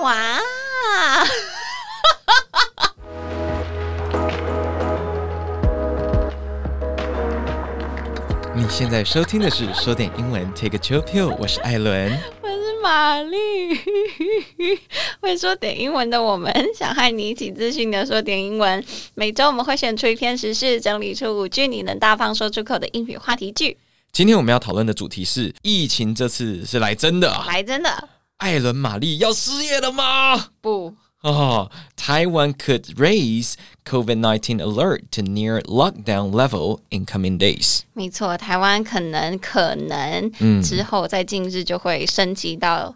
哇！你现在收听的是《说点英文 Take a Chill Pill》，我是艾伦。我是玛丽， 会说点英文的我们，想和你一起自信的说点英文。每周我们会选出一篇时事，整理出五句你能大方说出口的英语话题句。今天我们要讨论的主题是疫情，这次是来真的啊！来，真的艾伦、玛丽要失业了吗？不，哦、t a i w a n could raise COVID-19 alert to near lockdown level in coming days。没错，台湾可能可能、之后在近日就会升级到，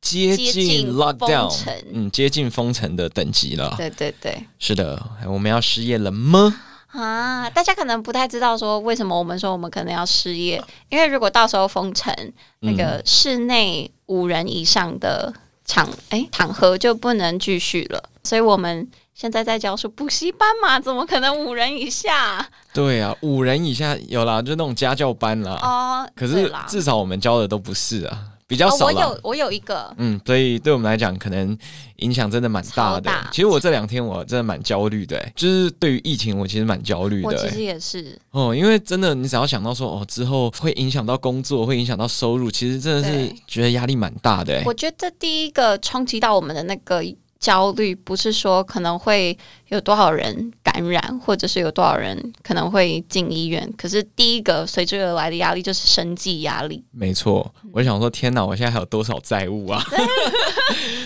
接接近近封 lockdown，城嗯，接近封城的等级了。对对对是的，我们要失业了吗？啊！大家可能不太知道说为什么我们说我们可能要失业，因为如果到时候封城，那个嗯室内五人以上的场哎、场合就不能继续了，所以我们。现在在教书补习班嘛，怎么可能五人以下？对啊，五人以下有啦，就那种家教班啦。哦，可对是啦，至少我们教的都不是啊，比较哦，少我啦。有我有一个，嗯，所以对我们来讲，可能影响真的蛮大超的。大其实我这两天我真的蛮焦虑的、欸就是对于疫情，我其实蛮焦虑我的、其欸实也是，哦，因为真的，你只要想到说，哦，之后会影响到工作，会影响到收入，其实真的是对觉得压力蛮大的、欸我觉得第一个冲击到我们的那个焦虑，不是说可能会有多少人感染，或者是有多少人可能会进医院，可是第一个随之而来的压力就是生计压力。没错，嗯我想说，天哪，我现在还有多少债务啊？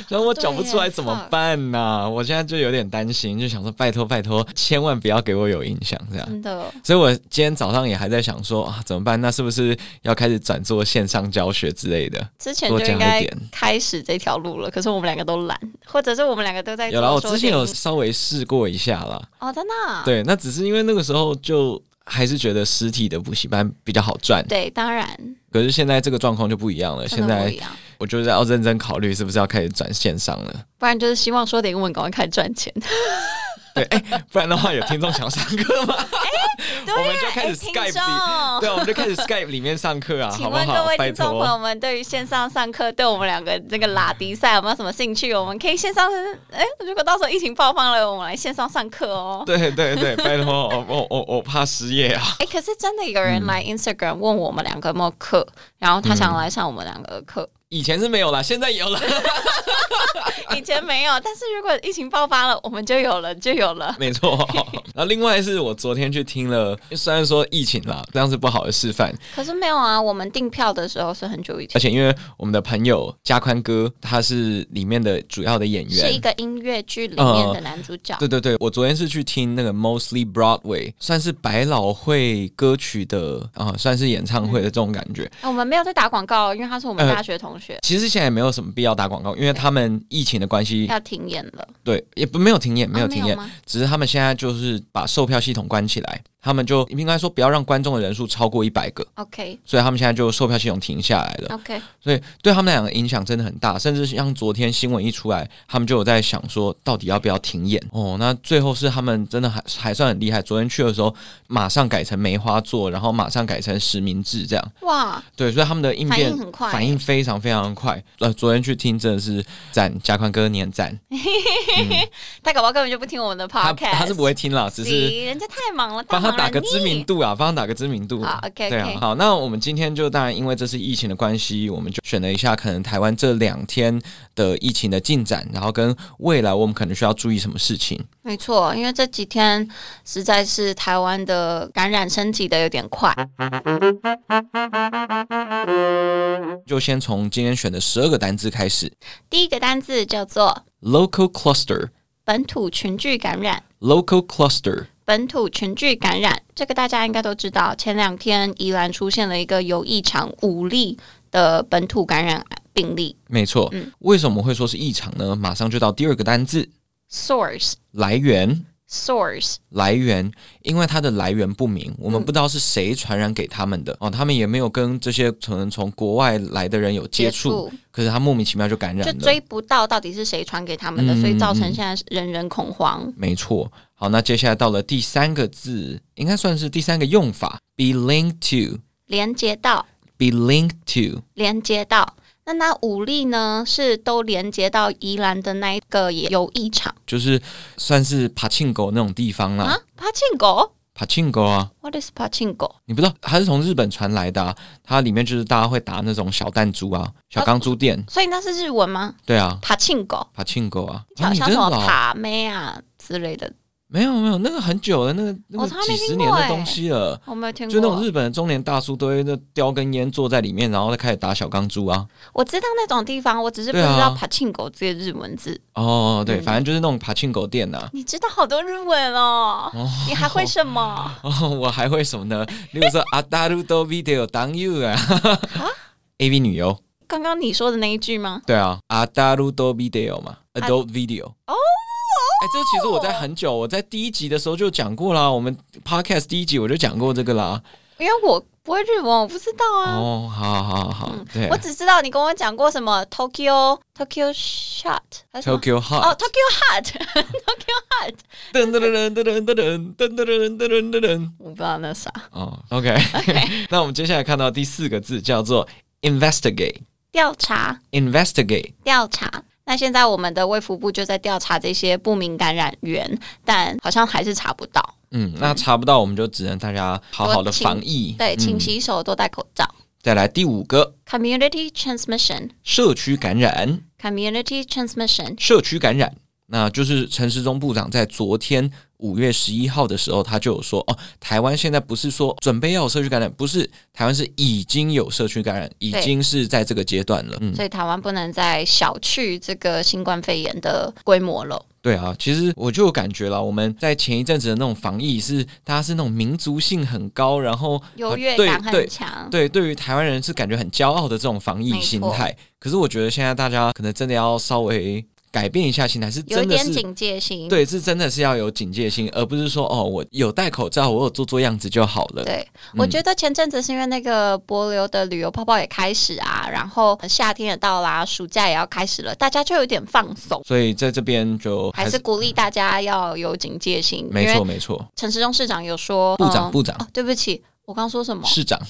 然后我缴不出来怎么办呢、我现在就有点担心，就想说，拜托拜托，千万不要给我有影响这样。真的，所以我今天早上也还在想说啊，怎么办？那是不是要开始转做线上教学之类的？之前多就讲应一该点开始这条路了，可是我们两个都懒，或者是我们两个都在有啦，我做说之前电有影稍微试过一下啦。哦，真的啊、对，那只是因为那个时候就还是觉得实体的补习班比较好赚，对，当然可是现在这个状况就不一样了。真现的不在一样。我就是要认真考虑是不是要开始转线上 了，不然就是希望说点英文，赶快开始赚钱。不然的话有听众想上课 吗？我们就开哎始听 Skype 里，众，对，啊我们就开始 Skype 里面上课啊，请好不问各好位？拜听众朋托友。们，对于线上上课，对我们两个这个拉迪赛有没有什么兴趣？我们可以线上，哎，如果到时候疫情爆发了，我们来线上上课哦。对对对，拜托，我我我我怕失业啊。哎，可是真的有人来 Instagram 问我们两个有没有课，然后他想来上我们两个的课。以前是没有啦，现在有了。以前没有，但是如果疫情爆发了，我们就有了，就有了。没错。然后另外是我昨天去听了，虽然说疫情啦，这样是不好的示范， 可是没有啊，我们订票的时候是很久以而前，且因为我们的朋友加宽哥他是里面的主要的演是一员。个音乐剧里面的男主角。对对对，我昨天是去听那个 Mostly Broadway，算是百老汇歌曲的啊、算是演唱会的这种感觉。哎我们没有在打广告，因为他是我们呃大学同学，其实现在也没有什么必要打广告，因为他们疫情的关系，要停演了，对，也不没有停演，呃没有啊停演，吗只是他们现在就是把售票系统关起来，他们就应该说不要让观众的人数超过一百个， OK 所以他们现在就售票系统停下来了。 OK，所以对他们两个影响真的很大，甚至像昨天新闻一出来，他们就有在想说到底要不要停演哦。那最后是他们真的还还算很厉害，昨天去的时候马上改成梅花座，然后马上改成实名制这样。哇，对，所以他们的应反变应很快反应非常非常快。呃，昨天去听真的是赞，加宽哥你很赞， 他搞不好根本就不听我们的 podcast，他他是不会听啦，只是。行人家太忙了，帮他太忙了打个知名你度啊，帮他打个知名度。好，OK，OK 对啊，好，那我们今天就当然因为这是疫情的关系，我们就选了一下可能台湾这两天的疫情的进展，然后跟未来我们可能需要注意什么事情。没错，因为这几天实在是台湾的感染升级的有点快，就先从今天选的十二个单字开始第一个单字叫做：local cluster、本土群聚感染。 local cluster、本土群聚感染，这个大家应该都知道。前两天宜兰出现了一个有异常五例的本土感染病例没错，嗯为什么会说是异常呢？马上就到第二个单字，source 来源。 source 来源，因为它的来源不嗯明，我们不知道是谁传染给他们的、哦，他们也没有跟这些可能从国外来的人有接触，接触可是他莫名其妙就感染就了。追不到到底是谁传给他们的，所以造成现在人人恐慌。没错，好，那接下来到了第三个字，应该算是第三个用法，be linked to，be 连接到 linked to，连接到。那那五例呢，是都连接到宜兰的那一个游艺场就是算是爬庆狗那种地方啦。啊，爬庆狗爬庆狗啊， ，What is 爬庆狗？你不知道，它是从日本传来的、啊，它里面就是大家会打那种小弹珠啊，小钢珠店，所以那是日文吗？对啊，爬庆狗，爬庆狗啊，啊好你像真什么的哦爬妹啊之类的，没有没有，那个很久了，那个那我个从来几没十听年过的欸东西了。我没有听过。就那种日本的中年大叔都会那叼根烟坐在里面，然后再开始打小钢珠啊。我知道那种地方，我只是不对知啊道爬庆狗这个日文字。哦，对，嗯反正就是那种爬庆狗店呐、啊。 你知道好多日文哦，你还会什 么？哦，我还会什么呢？例如说阿达鲁多 video 当 you 啊 ，A V 女优，刚刚你说的那一句吗？对啊，阿达鲁多 video 嘛，adult video。哦哎、这个其实我在很久，我在第一集的时候就讲过啦，我们 podcast 第一集我就讲过这个啦。因为我不会日文，我不知道啊。哦，好好好，好嗯对我只知道你跟我讲过什么 Tokyo Tokyo Shot 还是什么，Tokyo 哦 Hot， Tokyo Hot Tokyo Hot，噔噔噔噔噔噔噔噔噔噔噔噔噔。我不知道那啥。哦，OK、o k 那我们接下来看到第四个字叫做 investigate。调查 investigate 调查。那现在我们的卫福部就在调查这些不明感染源，但好像还是查不到。嗯，那查不到，我们就只能大家好好的多勤防疫。对，嗯勤洗手，多戴口罩。再来第五个， Community transmission。社区感染。 Community transmission，社区感染，那就是陈时中部长在昨天五月十一号的时候，他就有说哦，台湾现在不是说准备要有社区感染，不是台湾是已经有社区感染，已对经是在这个阶段了。嗯，所以台湾不能再小觑这个新冠肺炎的规模了。对啊，其实我就有感觉了，我们在前一阵子的那种防疫是，大家是那种民族性很高，然后优呃越对感对很强，对，对于台湾人是感觉很骄傲的这种防疫心态。可是我觉得现在大家可能真的要稍微改变一下心态，是有一真的点是。警戒心。对，是真的是要有警戒心，而不是说哦，我有戴口罩，我有做做样子就好了。对，嗯我觉得前阵子是因为那个博流的旅游泡泡也开始啊，然后夏天也到啦，暑假也要开始了，大家就有点放松，所以在这边就还是鼓励大家要有警戒心。没因错为没错，陈时中市长有说，部嗯长部长哦，对不起，我刚说什么？市长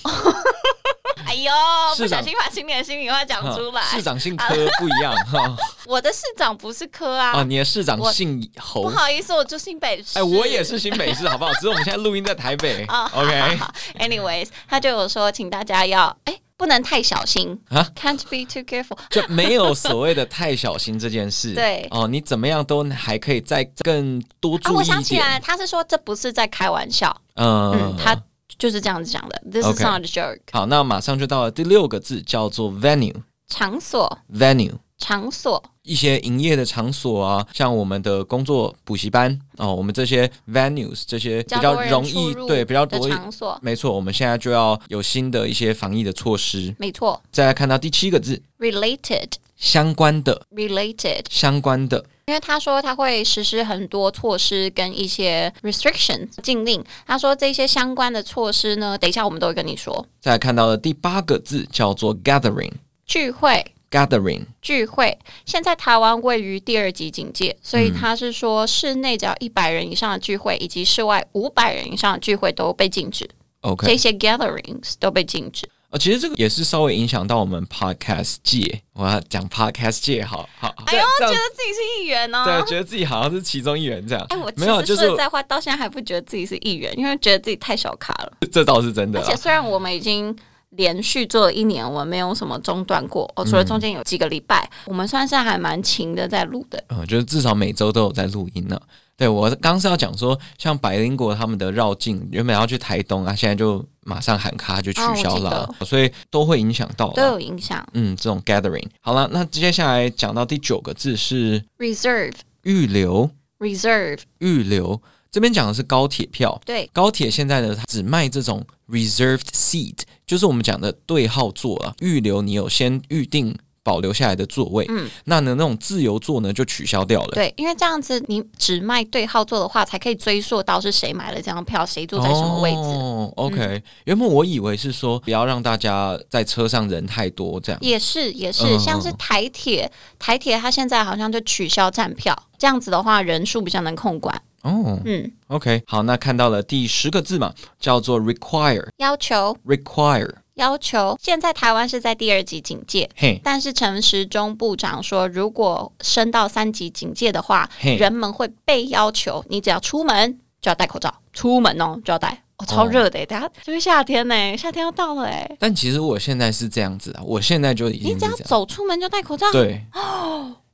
哎呦，不市长小心把新年心里话讲出来。嗯市长姓柯不一样 哈我的市长不是柯啊，啊，你的市长我姓不侯。好意思，我住新北市。哎，我也。是新北市，好不好？只是我们现在录音在台北。 哦 OK， Anyways，他就有说，请大家要哎、不能太小心啊，Can't be too careful。就没有所谓的太小心这件事。对哦，你怎么样都还可以再更多啊，注我意想一起点。来，他是说这不是在开玩笑，嗯，嗯，他就是这样子讲的，This is OK not a joke。好，那马上就到了第六个字，叫做 venue。场所， venue 场所，一些营业的场所啊，像我们的工作补习班哦，我们这些 venues 这些比较多人容出易入对比较的多。场所，没错，我们现在就要有新的一些防疫的措施。没错再来看到第七个字， ，related。相关的， Related，相关的，因为他说他会实施很多措施跟一些 restriction 禁令。他说这些相关的措施呢，等一下我们都会跟你说。再来看到的第八个字叫做 gathering。聚会， gathering 聚会，现在台湾位于第二级警嗯戒，所以他是说室内只要一百人以上的聚会，以及室外五百人以上的聚会都被禁止，这 OK，些 gatherings 都被禁止。呃，其实这个也是稍微影响到我们 podcast 界，我要讲 podcast 界，好好，哎呦，这觉样得自己是议员呢、对，觉得自己好像是其中一员这样。哎，我其没有，实就说是实在话，到现在还不觉得自己是议员，因为觉得自己太小咖了。这倒是啊真的而啦。且虽然我们已经连续做了一年，我们没有什么中断过，嗯哦，除了中间有几个礼拜，我们算是还蛮勤的在录的。嗯，就是至少每周都有在录音呢、对我刚是要讲说，像百灵果他们的绕境，原本要去台东啊，现在就马上喊卡就取消了啊、哦所以都会影响到都啦。有影响。嗯，这种 gathering。好了，那接下来讲到第九个字是 Reserve, 预留， reserve，预留这边讲的是高铁票。对，高铁现在呢，它只卖这种 reserved seat，就是我们讲的对号座啊，预留你有先预定保留下来的座位。嗯，那呢，那种自由座呢就取消掉了。对，因为这样子你只卖对号座的话，才可以追溯到是谁买了这张票，谁坐在什么位置。嗯哦，OK、原本我以为是说不要让大家在车上人太多这样。也是也是，嗯像是台铁，台铁它现在好像就取消站票，这样子的话人数比较能控管。哦嗯， ，OK，好，那看到了第十个字嘛，叫做 require，require。要求 require 要求，现在台湾是在第二级警戒。嘿，但是陈时中部长说，如果升到三级警戒的话，嘿人们会被要求，你只要出门就要戴口罩，出门哦就要戴。哦，超热的耶，等下这边夏天呢，夏天要到了哎，但其实我现在是这样子啊，我现在就已你经是只这要样，走出门就戴口罩。 对。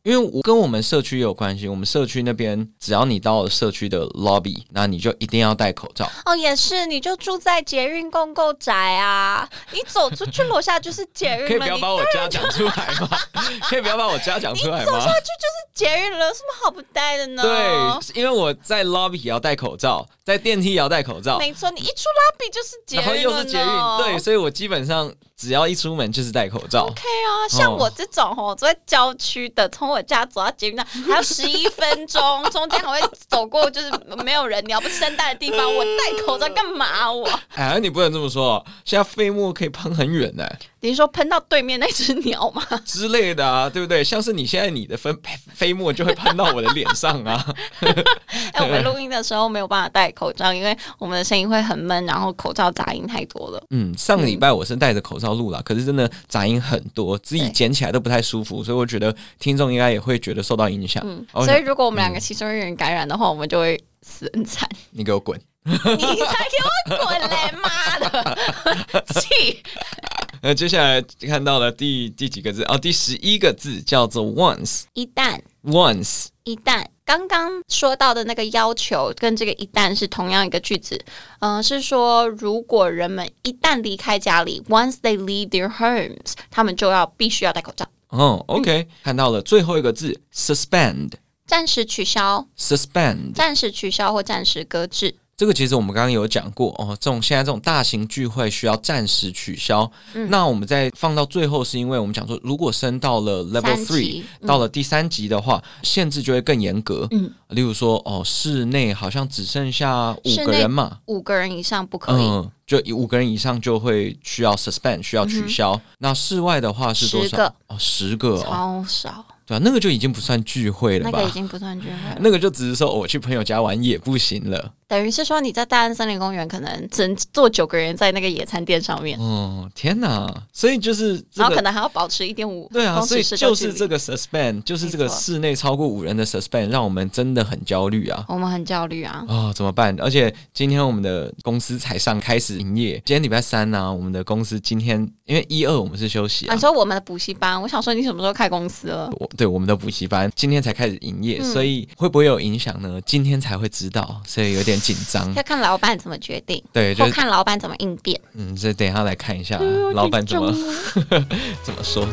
因为我跟我们社区也有关系，我们社区那边只要你到了社区的 lobby，那你就一定要戴口罩。哦，也是，你就住在捷运共购宅啊，你走出去楼下就是捷可以运了，不要你把我家讲出来吗？可以啊不要把我家讲出来吗？捷运了有什么好不戴的呢？对，因为我在 lobby 也要戴口罩，在电梯也要戴口罩，没错，你一出拉比就是捷运啊然了后呢，又是啊捷运，对，所以我基本上只要一出门就是戴口 罩。 OK 啊，像哦我这种哦，住在郊区的，从我家走到捷运站还要十一分 钟，中间还会走过就是没有人鸟不生蛋的地方，我戴口罩干嘛啊、我哎，你不能这么说，现在飞沫可以喷很远呢、你是说喷到对面那只鸟吗？之类的啊，对不对？像是你现在你的分飞沫就会喷到我的脸上啊。哎、我们录音的时候没有办法戴口罩，因为我们的声音会很闷，然后口罩杂音太多了。嗯，上个礼拜我是戴着口罩录啦，可是真的杂音很多，自己对捡起来都不太舒服，所以我觉得听众应该也会觉得受到影响。哦嗯， OK 所以如果我们两个其中一个人感染的话，我们就会死很惨。你给我滚！你才给我滚嘞！妈的，气！那接下来看到了第第几个字？哦，第十一个字叫做 once。一旦 Once，一旦刚刚说到的那个要求跟这个一旦是同样一个句子，嗯、是说如果人们一旦离开家里，once they leave their homes，他们就要必须要戴口罩，哦，OK，、看嗯到了最后一个字，suspend，suspend，暂时取消、暂时取消或暂时搁置。这个其实我们刚刚有讲过哦，这种现在这种大型聚会需要暂时取消。嗯那我们再放到最后，是因为我们讲说，如果升到了 level 三 three，级、到了第三级的话，限制就会更严格。嗯，例如说，哦，室内好像只剩下五室个内人嘛，五个人以上不可以，嗯，就以五个人以上就会需要 suspend，需要取消。那室外的话是多嗯十少个？哦，十个哦，超少，对啊，那个就已经不算聚会了那吧？个已经不算聚会了。那个就只是说哦我去朋友家玩也不行了。等于是说你在大安森林公园可能只能坐九个人在那个野餐垫上面，哦，天哪！所以就是这然后可个。能还要保持一点五对啊，公所以尺社就交距是离。这个 suspend，就是这个没错室内超过五人的 suspend，让我们真的很焦虑啊！我们很焦虑啊。哦，怎么办？而且今天我们的公司才上开始营业，今天礼拜三呢、我们的公司今天因为一二我们是休息啊、啊嗯你，说我们的补习班，我想说你什么时候开公司了？我对我们的补习班今天才开始营业，嗯所以会不会有影响呢？今天才会知道，所以有点紧张。要看老板怎么决定，对，就或是看哎老板怎么应变。嗯，这等一下来看一下老板怎么 怎么说。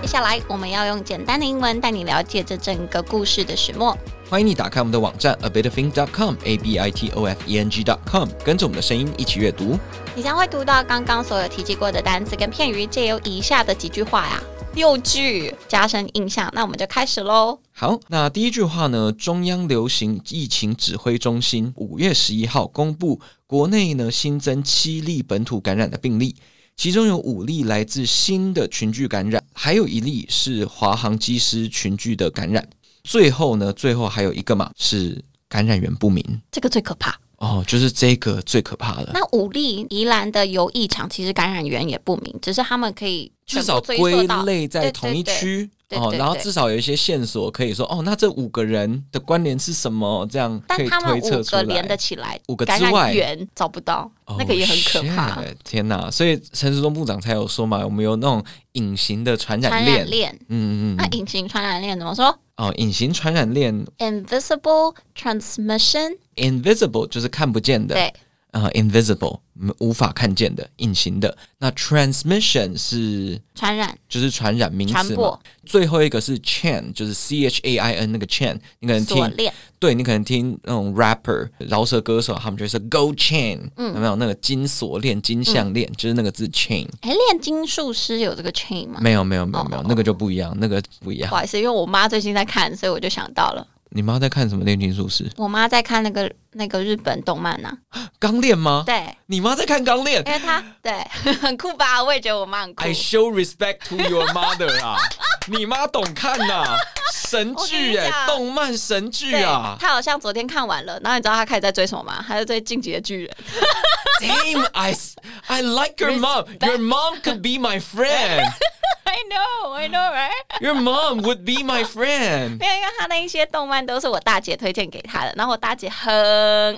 接下来我们要用简单的英文带你了解这整个故事的始末。欢迎你打开我们的网站 abitofing.com a b i t o f e n g.com，跟着我们的声音一起阅读。你将会读到刚刚所有提及过的单词跟片语，借由以下的几句话呀，六句加深印象。那我们就开始喽。好，那第一句话呢？中央流行疫情指挥中心五月十一号公布，国内呢新增七例本土感染的病例，其中有五例来自新的群聚感染，还有一例是华航机师群聚的感染。最后呢，最后还有一个嘛是感染源不明这个最可怕。哦，就是这个最可怕了。那五例宜兰的游艺场其实感染源也不明，只是他们可以至全少部追溯归到类在对同对一对区对哦，对然后对至少有一些线索可以说哦，那这五个人的关联是什么？这样可但以他们五推测出个连得来。起来，五个之感染外源找不到，哦那个也很可怕。 shit，天哪！所以陈时中部长才有说嘛，我们有那种隐形的传传染链染。链，嗯嗯那嗯，隐形传染链怎么说哦，隐形传染链？Invisible transmission， （invisible） 就是看不见的，对，呃，invisible 嗯无法看见的，隐形的。那 transmission 是传染就是传染名传词嘛播。最后一个是 chain，就是 c h a i n 那个 chain，你可能听锁链，对你可能听那种 rapper 饶舌歌手，他们就是 gold chain，、有没嗯有那个金锁链、金项链，就是那个字 chain。哎，炼金术师有这个 chain 吗？没有没有没有没有哦哦哦那个就不一样，那个不一样不。好意思，因为我妈最近在看，所以我就想到了，你妈在看什么炼金术师？我妈在看那个那个日本动漫呐、钢炼吗？对，哎你妈在看钢炼因为她对很酷吧，我也觉得我妈很酷 哎？I show respect to your mother 啊！你妈懂看呐、神剧我跟哎、你讲动漫神剧对啊他好像昨天看完了，然后你知道他开始在追什么吗？他在追《进击的巨 人》。 ！Damn, I I like your mom. Your mom could be my friend. I know, I know, right？ Your mom would be my friend. 没有，因为他那一些动漫都是我大姐推荐给他的，然后我大姐很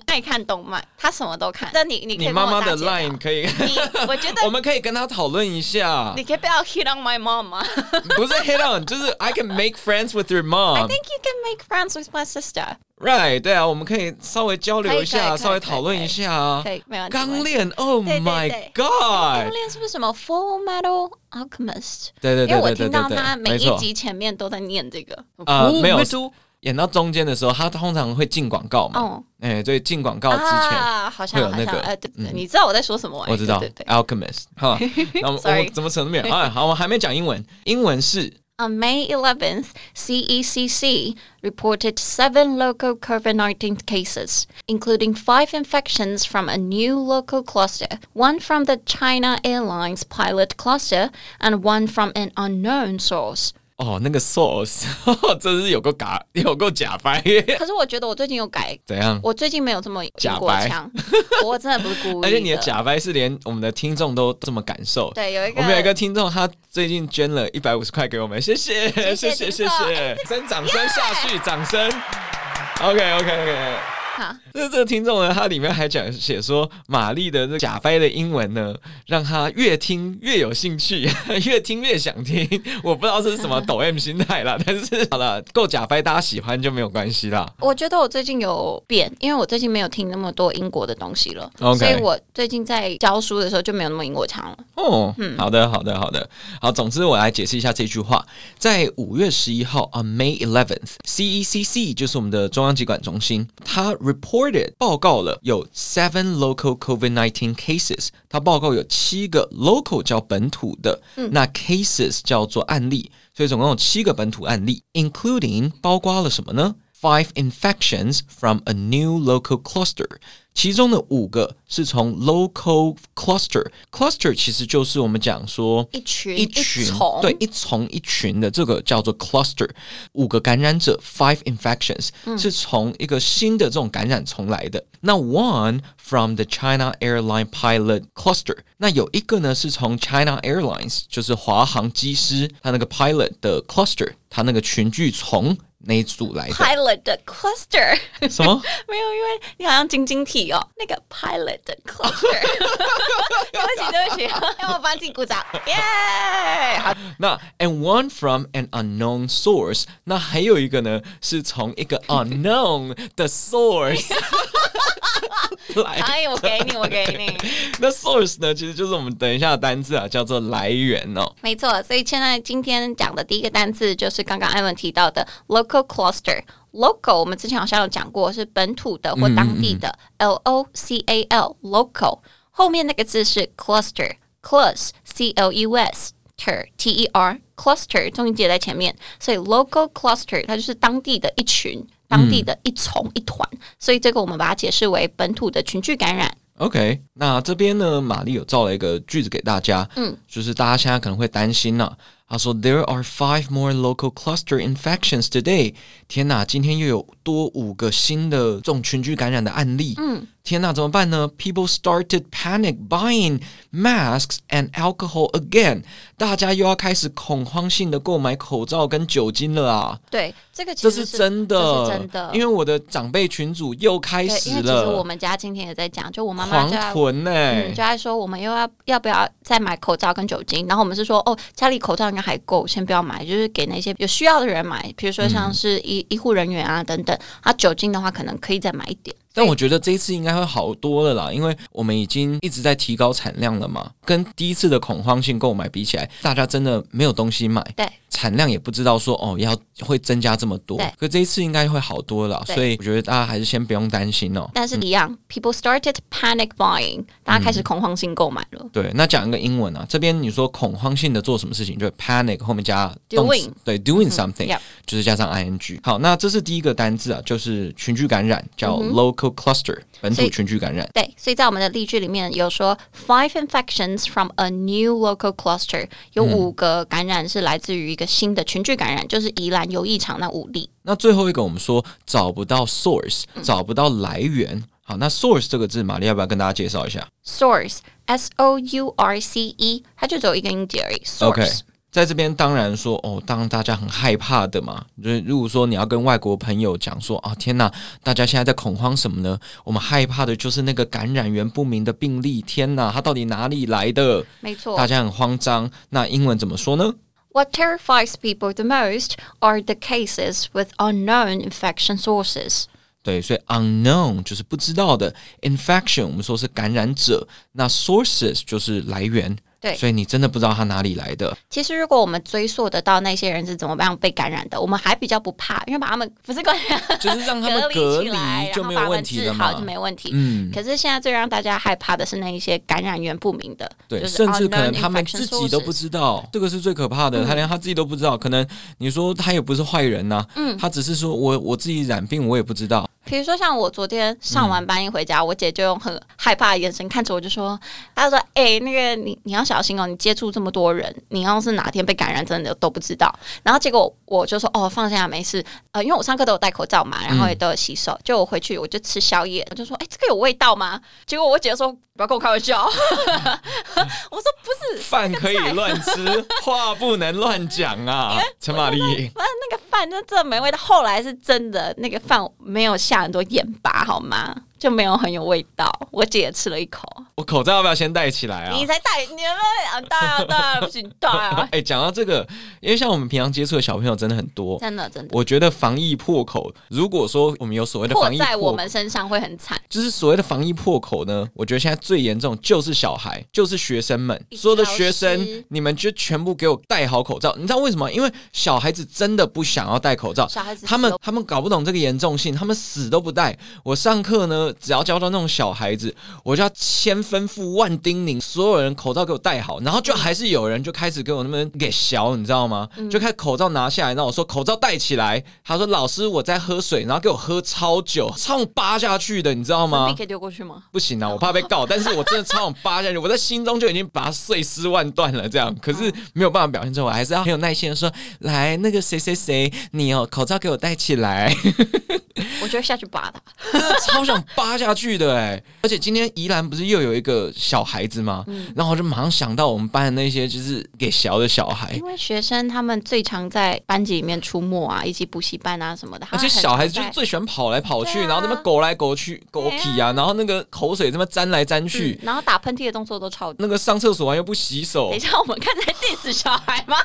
爱看动漫，她什么都看。那 你你可以你跟妈我妈大姐的 line 可以，聊，你我觉 我得们可以跟她讨论一下你。可以不要 hit on my mom 啊 吗？I 不是 hit on，就是 I can make friends with your mom。 think you can make friends with my sister。 Right，对啊，我们可以稍微交流一可以可下，以稍微讨论一下啊可以可以可以没问。题刚练，Oh 对对 my 对刚 God！练是不是什么 Full Metal Alchemist？对对因为我对对对听到对他对，每没一错。集前面都在念这个。啊、 Full 没有 Metal 演到中间的时候，他通常会进广告嘛，哦哎、所以进广告之前。啊，好会有像好那像，个哎，对对，对你知道我在说什么？哎我知道对对对 Alchemist 哈，那我们我 Sorry 们怎么扯都没有啊。好，我们还没讲英文，英文是 On May 11th, CECC reported seven local COVID 19 cases, including five infections from a new local cluster, one from the China Airlines pilot cluster, and one from an unknown source. 哦，那个 source 真是有够嘎，有够假掰，可是我觉得我最近有改， 怎样？我最近没有这么嗯假白。英国腔， 我真的不是故意的。而且你的假掰是连我们的听众都这么感受。对，有一个我们有一个听众，他最近捐了一百五十块给我们，谢谢，谢谢谢，谢听众谢，真掌声下去，掌声。OK，OK，OK。好，那这个听众呢，他里面还讲写说，玛丽的这假掰的英文呢，让他越听越有兴趣， 越听越想听。我不知道这是什么抖 M 心态啦，但是好了，够假掰，大家喜欢就没有关系啦。我觉得我最近有变，因为我最近没有听那么多英国的东西了 OK 所以我最近在教书的时候就没有那么英国腔 了。哦，好的，好的，好的，好。总之，我来解释一下这句话。在五月十一号，on May eleventh，CECC 就是我们的中央疾管中心，它 reported 报告了有 seven local COVID-19 cases，它报告有七个 local 叫本土的，那 cases 叫做案例，所以总共有七个本土案例，including 包括了什么呢？five infections from a new local cluster. 其中的五个是从 local cluster cluster 其实就是我们讲说一群一群一丛对一丛一群的这个叫做 cluster 五个感染者 five infections、是嗯从一个新的这种感染从来的。那 one from the China airline pilot cluster，那有一个呢是从 China Airlines 就是华航机师他那个 pilot 的 cluster，他那个群聚从那一组来 的。pilot 的 cluster 什么？没有，因为你好像晶晶体哦，那个 pilot 的 cluster。对不起，对不起，让我帮自己鼓掌，耶、好，那 and one from an unknown source，那还有一个呢，是从一个 unknown 的 source 来。哎，我给你，我给你。那 source 呢，其实就是我们等一下的单字啊，叫做来源哦。没错，所以现在今天讲的第一个单字就是刚刚艾文提到的 local cluster。local 我们之前好像有讲过，是本土的嗯或当地的、l o c a l local 后面那个字是 cluster clus c l u s ter t e r cluster 重音节在前面，所以 local cluster 它就是当地的一群。当地嗯的一丛一团，所以这个我们把它解释为本土的群聚感染。 OK，那这边呢，玛丽有造了一个句子给大家，嗯，就是大家现在可能会担心呐、她说，There are five more local cluster infections today。天哪，今天又有多五个新的这种群聚感染的案例。嗯，天哪，怎么办呢？People started panic buying masks and alcohol again。大家又要开始恐慌性的购买口罩跟酒精了啊！对，这个其这实是真的，这是真的，因为我的长辈群组又开对，因为始其实了，我们家今天也在讲，就我妈妈狂就在。囤呢、嗯，就在说我们又要要不要再买口罩跟酒精？然后我们是说，哦，家里口罩应该还够，先不要买，就是给那些有需要的人买，比如说嗯像是医、医护人员啊等等。啊，酒精的话，可能可以再买一点。但我觉得这一次应该会好多了啦，因为我们已经一直在提高产量了嘛，跟第一次的恐慌性购买比起来，大家真的没有东西买，对，产量也不知道说哦要会增加这么多对，可这一次应该会好多了，对所以我觉得大家还是先不用担心哦。但是一样、p e o p l e started panic buying，大家开嗯始恐慌性购买了。对，那讲一个英文啊，这边你说恐慌性的做什么事情，就是 panic 后面加 Doing 嗯动词对 doing something，、 yep 就是加上 ing。好，那这是第一个单字啊，就是群聚感染，叫 local cluster，、本嗯所土以群聚感染。对，所以在我们的例句里面有说，five infections from a new local cluster，有五个感染是来自于一个新的群聚感染，就是宜兰游艺场那五例。那最后一个，我们说找不到 source，找嗯不到来源。好，那 source 这个字，玛丽要不要跟大家介绍一下 Source S O U R C E，它就只有一个音节而已。 ？OK， Source 在这边当然说哦，当大家很害怕的嘛，就是如果说你要跟外国朋友讲说啊、天哪，大家现在在恐慌什么呢？我们害怕的就是那个感染源不明的病例，天哪，它到底哪里来的？没错。大家很慌张。那英文怎么说呢？ What terrifies people the most are the cases with unknown infection sources. 对，所以 unknown 就是不知道的，infection 我们说是感染者，那 sources 就是来源。对所以你真的不知道它哪里来 的。其实，如果我们追溯得到那些人是怎么样被感染的，我们还比较不怕，因为把他们不是关 就是让他们隔隔离离起来，就没然后把有他问们题治了好嘛就没问题。嗯，可是现在最让大家害怕的是那一些感染源不明的，对，就是甚至可能 unknown 他们自己都不 infection sources 嗯知道，这个是最可怕的。他连他自己都不知道，可能你说他也不是坏人呐、嗯，他只是说我我自己染病，我也不知道。比如说，像我昨天上完班一回家，我姐就用很害怕的眼神看着我，就说：“她说，哎、那个你你要小心哦，你接触这么多人，你要是哪天被感染，真的都不知道。”然后结果我就说：“哦，放下没事。”呃，因为我上课都有戴口罩嘛，然后也都有洗手。就我回去我就吃宵夜，我就说：“哎、这个有味道吗？”结果我姐说：“不要跟我开玩笑。” 我说：“不是，饭可以乱 吃，话不能乱讲啊，陈玛丽。不然那个饭真的没味道。”后来是真的，那个饭没有下很多盐巴，好吗？就没有很有味道。我姐也吃了一口。我口罩要不要先戴起来啊？你才戴，你们啊戴 ！啊戴啊，不行戴啊哎，讲到这个，因为像我们平常接触的小朋友真的很多，真的真的，我觉得防疫破口，如果说我们有所谓的破防疫在我破口们身上会很惨。就是所谓的防疫破口呢，我觉得现在最严重就是小孩，就是学生们，所有的学老师生，你们就全部给我戴好口罩。你知道为什么？因为小孩子真的不想要戴口罩，小孩子他们死都他们搞不懂这个严重性，他们死都不戴。我上课呢，只要教到那种小孩子，我就要千吩咐万叮咛，所有人口罩给我戴好，然后嗯就还是有人就开始给我那边给削，你知道吗？就开始口罩拿下来，然后我说口罩戴起来，他说老师我在喝水，然后给我喝超久，超想扒下去的，你知道粉吗笔？可以丢过去吗？不行啊，我怕被告，但是我真的超想扒下去，我在心中就已经把它碎尸万段了，这样，可是没有办法表现出来，我还是要很有耐心的说，来，那个谁谁谁，你哦，口罩给我戴起来。我就会下去拔他。真的超想扒下去的哎、而且今天宜兰不是又有一个小孩子吗？然后我就马上想到我们班的那些就是给小的小孩因，为学生他们最常在班级里面出没啊，以及补习班啊什么的。而且他们很小孩子就常是在最喜欢跑来跑去，对啊然后他们狗来狗去、狗屁啊，然后那个口水这么沾来沾去，哦嗯然后打喷嚏的动作都超。那个上厕所完又不洗手等一，下，我们看在 diss 小孩 吗？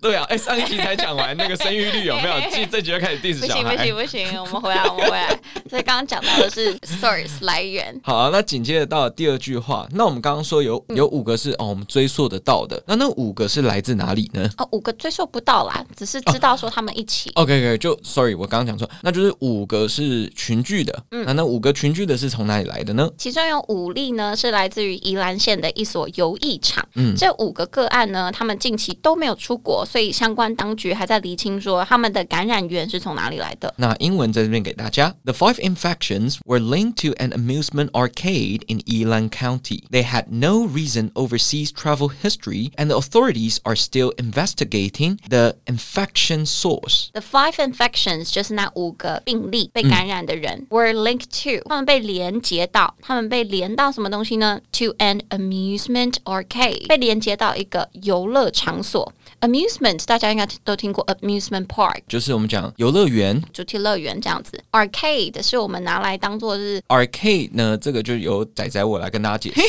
对啊，哎、上一集才讲 完那个生育率有没有嘿嘿？嘿这这集就开始 diss 不小行不孩行。不行，我们回来 我们回来。所以刚刚讲到的是 source 来源，好、啊那紧接着到了第二句话，那我们刚刚说有嗯有五个是哦，我们追溯得到的，那那五个是来自哪里呢？哦，五个追溯不到啦，只是知道说他们一起。 OK OK，就 Sorry，我刚刚讲错，那就是五个是群聚的，嗯那那五个群聚的是从哪里来的呢？其中有五例呢是来自于宜兰县的一所游艺场。嗯，这五个个案呢，他们近期都没有出国，所以相关当局还在厘清说他们的感染源是从哪里来的。那英文在这边给大家，The five infections were linked to an amusement arcade in Yilan County. They had no recent overseas travel history, and the authorities are still investigating the infection source. The five infections 就是那五个病例被感染的人、were linked to，他们被连接到，他们被连到什么东西呢？To an amusement arcade，被连接到一个游乐场所。Amusement 大家应该都听过 amusement park 就是我们讲游乐园主题乐园这样子，arcade 是我们拿来当做是 arcade 呢，这个就由仔仔我来跟大家解 释。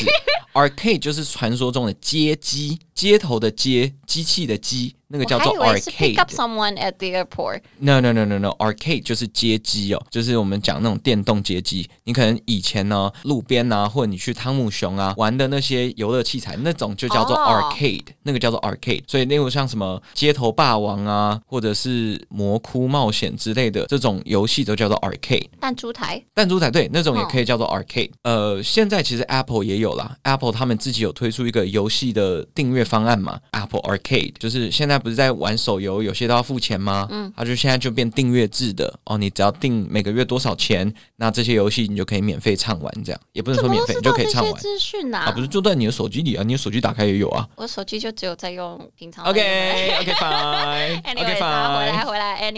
arcade 就是传说中的街机，街头的街，机器的机，那个叫做我还以为是 pick up arcade。 someone at the airport。 No no no no no，arcade 就是街机哦，就是我们讲那种电动街机。你可能以前呢、路边啊，或者你去汤姆熊啊玩的那些游乐器材，那种就叫做哦 arcade，、那个叫做 arcade。所以例如像什么街头霸王啊，或者是魔窟冒险之类的这种游戏，都叫做 arcade。弹珠台弹珠台对那嗯种也可以叫做 arcade。呃，现在其实 Apple 也有啦，Apple 他们自己有推出一个游戏的订阅方案嘛，Apple Arcade，就是现在在不是在玩手游，有些都要付钱吗？嗯，它就现在就变订阅制的哦，你只要订每个月多少钱，那这些游戏你就可以免费畅玩，这样也不能怎说么免都费，知你就道可这以畅些玩资讯啊，呐不？是就在你的手机里啊，你的手机打开也有啊。我手机就只有在用平常在用的。 OK OK fine OK Anyway，啊，回来 fine，回来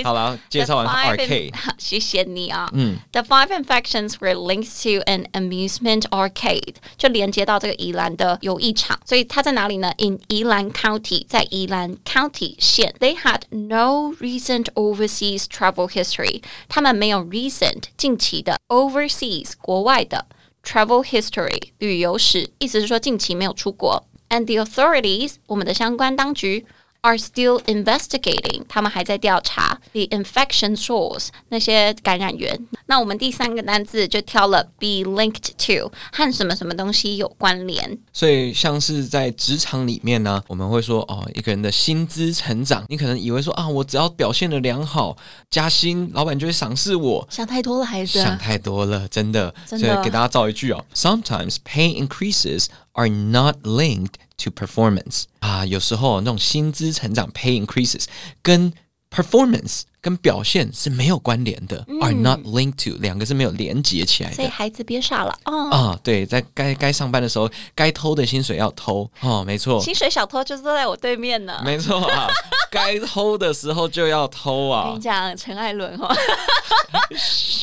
，Anyway，好了，介绍完 The five RK， in- 谢谢你啊。嗯。 The five infections were linked to an amusement arcade，就连接到这个宜兰的游艺场。所以它在哪里呢？In 宜兰 County，在宜兰 County 县。They had no recent overseas travel history，他们没有 recent 近期的 overseas 国外的 travel history 旅游史，意思是说近期没有出国。And the authorities，我们的相关当局。are still investigating，他们还在调查 the infection source 那些感染源。那我们第三个单字就挑了 be linked to 和什么什么东西有关联。所以，像是在职场里面呢，我们会说哦，一个人的薪资成长，你可能以为说啊，我只要表现的良好，加薪，老板就会赏识我。想太多了，孩子。想太多了，真的。啊真所的以给大家造一句哦：Sometimes pay increases are not linked to performance。啊，有时候那种薪资成长 pay increases 跟 performance 跟表现是没有关联的、a 嗯 r e not linked to，两个是没有连接起来所以的。孩子别傻了哦，啊、对，在该该上班的时候，该偷的薪水要偷哦，没错，薪水小偷就是坐在我对面呢。没错啊，该偷的时候就要偷我跟啊你。讲，陈艾伦 哦。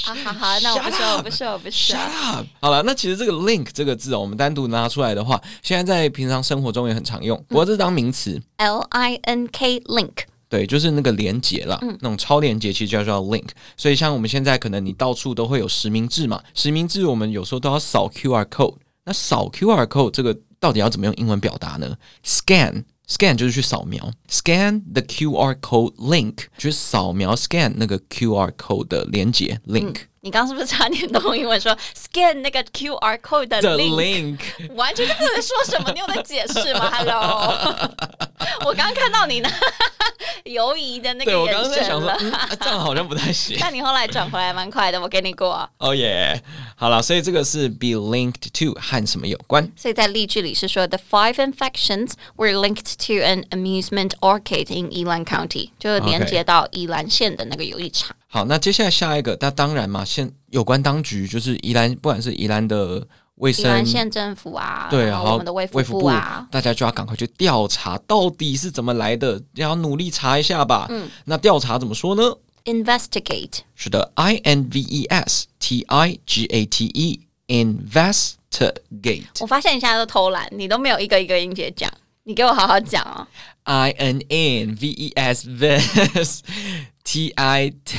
好好好，那我不 Shut 说，我不说，我不说 Shut。up！好了，那其实这个 link 这个字哦，我们单独拿出来的话，现在在平常生活中也很常用，不过这是当名词， L I N K link，对，就是那个连接啦，嗯那种超连接其实就叫做 link。所以像我们现在可能你到处都会有实名制嘛，实名制我们有时候都要扫 QR code，那扫 QR code 这个到底要怎么用英文表达呢？Scan。Scan 就是去扫描，scan the QR code link 就是扫描 scan 那个 QR code 的连接嗯 link。你刚刚是不是差点用英文说 scan 那个 QR code 的 The link？ link， 完全就不能说什么，你有在解释吗？Hello，我 刚刚看到你呢， 犹疑的那个对我刚眼刚在神想 说，了。嗯啊这样好像不太行。 但你后来转回来蛮快的，我给你过。哦耶，好了，所以这个是 be linked to 和什么有关？所以在例句里是说，the five infections were linked to an amusement arcade in Elan County，就是连 OK 接到宜兰县的那个游艺场。好，那接下来下一个，那当然嘛，现有关当局就是宜兰，不管是宜兰的卫宜兰生。县政府啊，对，然然后后我们的卫卫部啊，大家就要赶快去调查到底是怎么来的，要努力查一下吧。嗯，那调查怎么说呢？ ，investigate 是的，I N V E S T I G A T E E，investigate，I 我发现你现在都偷懒，你都没有一个一个音节讲，你给我好好讲哦。 N N V E S vs T I T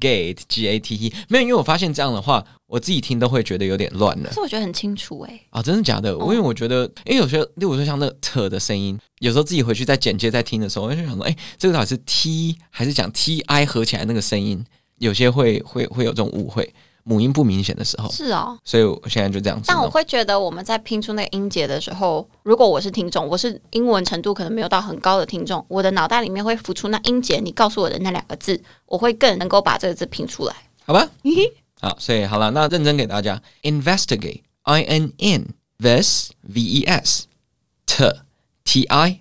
gate G A T E，没有，因为我发现这样的话，我自己听都会觉得有点乱了可。是我觉得很清楚哎、啊，真的假的？我因为我觉得，因为有些，例如说像那个“特”的声音，有时候自己回去在简介在听的时候，我就想说，哎、这个到底是 t 还是讲 t i 合起来那个声音？有些会会会有这种误会，母音不明显的时候，是哦，所以我现在就这样子但我弄。会觉得我们在拼出那个音节的时候，如果我是听众，我是英文程度可能没有到很高的听众，我的脑袋里面会浮出那音节，你告诉我的那两个字，我会更能够把这个字拼出来。好吧，好，所以好了，那认真给大家 investigate i n n ves v e s t t i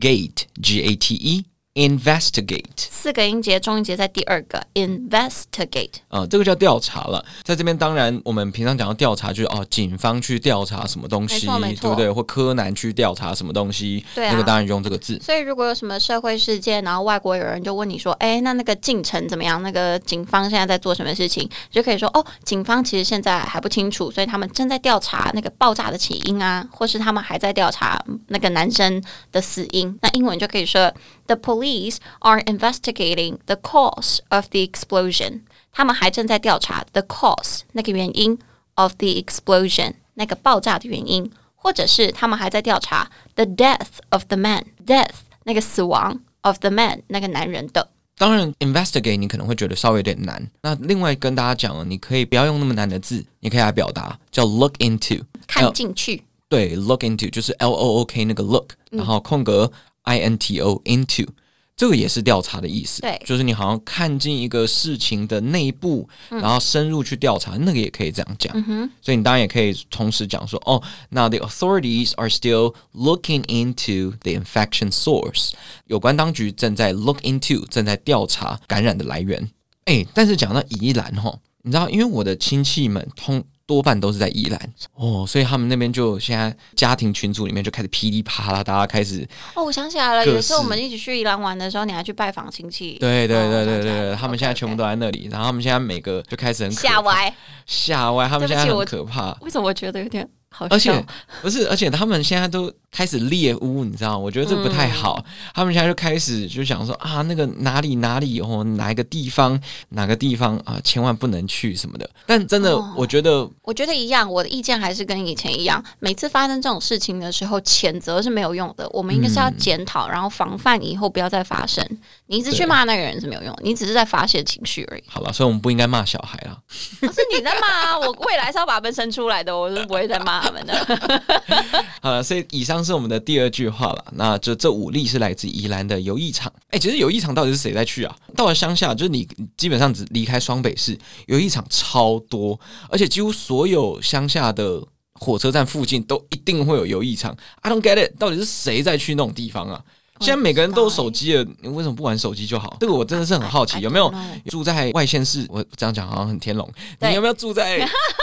gate g a t e investigate。四个音节，中音节在第二个 investigate。啊、这个叫调查了。在这边，当然我们平常讲到调查，就是哦，警方去调查什么东西，没错没错对不对？或柯南去调查什么东西，对啊那个当然用这个字。所以如果有什么社会事件，然后外国有人就问你说：“哎，那那个进程怎么样？那个警方现在在做什么事情？”你就可以说：“哦，警方其实现在还不清楚，所以他们正在调查那个爆炸的起因啊，或是他们还在调查那个男生的死因。”那英文就可以说：“The police are investigating the cause of the explosion。”他们还正在调查 the cause 那个原因 of the explosion 那个爆炸的原因，或者是他们还在调查 the death of the man death 那个死亡 of the man 那个男人的。当然，investigate 你可能会觉得稍微有点难。那另外跟大家讲了，你可以不要用那么难的字，你可以来表达叫 look into。看进去，嗯对，look into 就是 L O O K 那个 look，、然后空格 I N T O into。这个也是调查的意思，对就是你好像看进一个事情的内部，然后深入去调查，那个也可以这样讲。所以你当然也可以同时讲说，哦，那 the authorities are still looking into the infection source，有关当局正在 look into，正在调查感染的来源。哎，但是讲到宜兰吼，你知道，因为我的亲戚们通多半都是在宜兰哦，所以他们那边就现在家庭群组里面就开始噼里啪啦，大家开始哦，我想起来了，各有一次我式们一起去宜兰玩的时候，你还去拜访亲戚。对对对对对哦对，他们现在全部都在那里，然后他们现在每个就开始很可吓怕歪。吓歪，他们对现不在起很我可怕，为什么我觉得有点好笑？而且不是，而且他们现在都开始猎巫，你知道吗？我觉得这不太嗯好。他们现在就开始就想说啊，那个哪里哪里哦，哪一个地方哪个地方啊，千万不能去什么的。但真的，哦我觉得我觉得一样，我的意见还是跟以前一样。每次发生这种事情的时候，谴责是没有用的，我们应该是要检讨，然后防范以后不要再发生。你一直去对。骂那个人是没有用，你只是在发泄情绪而已好了，所以我们不应该骂小孩啦。不是你在骂、啊，我未来是要把他们生 出来的，我是不会再骂他们的。好了，所以以上是我们的第二句话了。那这这五例是来自宜兰的游艺场。哎、其实游艺场到底是谁在去啊？到了乡下，就是你基本上只离开双北市，游艺场超多，而且几乎所有乡下的火车站附近都一定会有游艺场。I don't get it，到底是谁在去那种地方我啊？也不知道现在每个人都有手机了，你为什么不玩手机就好？这个我真的是很好奇，有没有 I don't know 住在外县市？我这样讲好像很天龙。对你有没有住在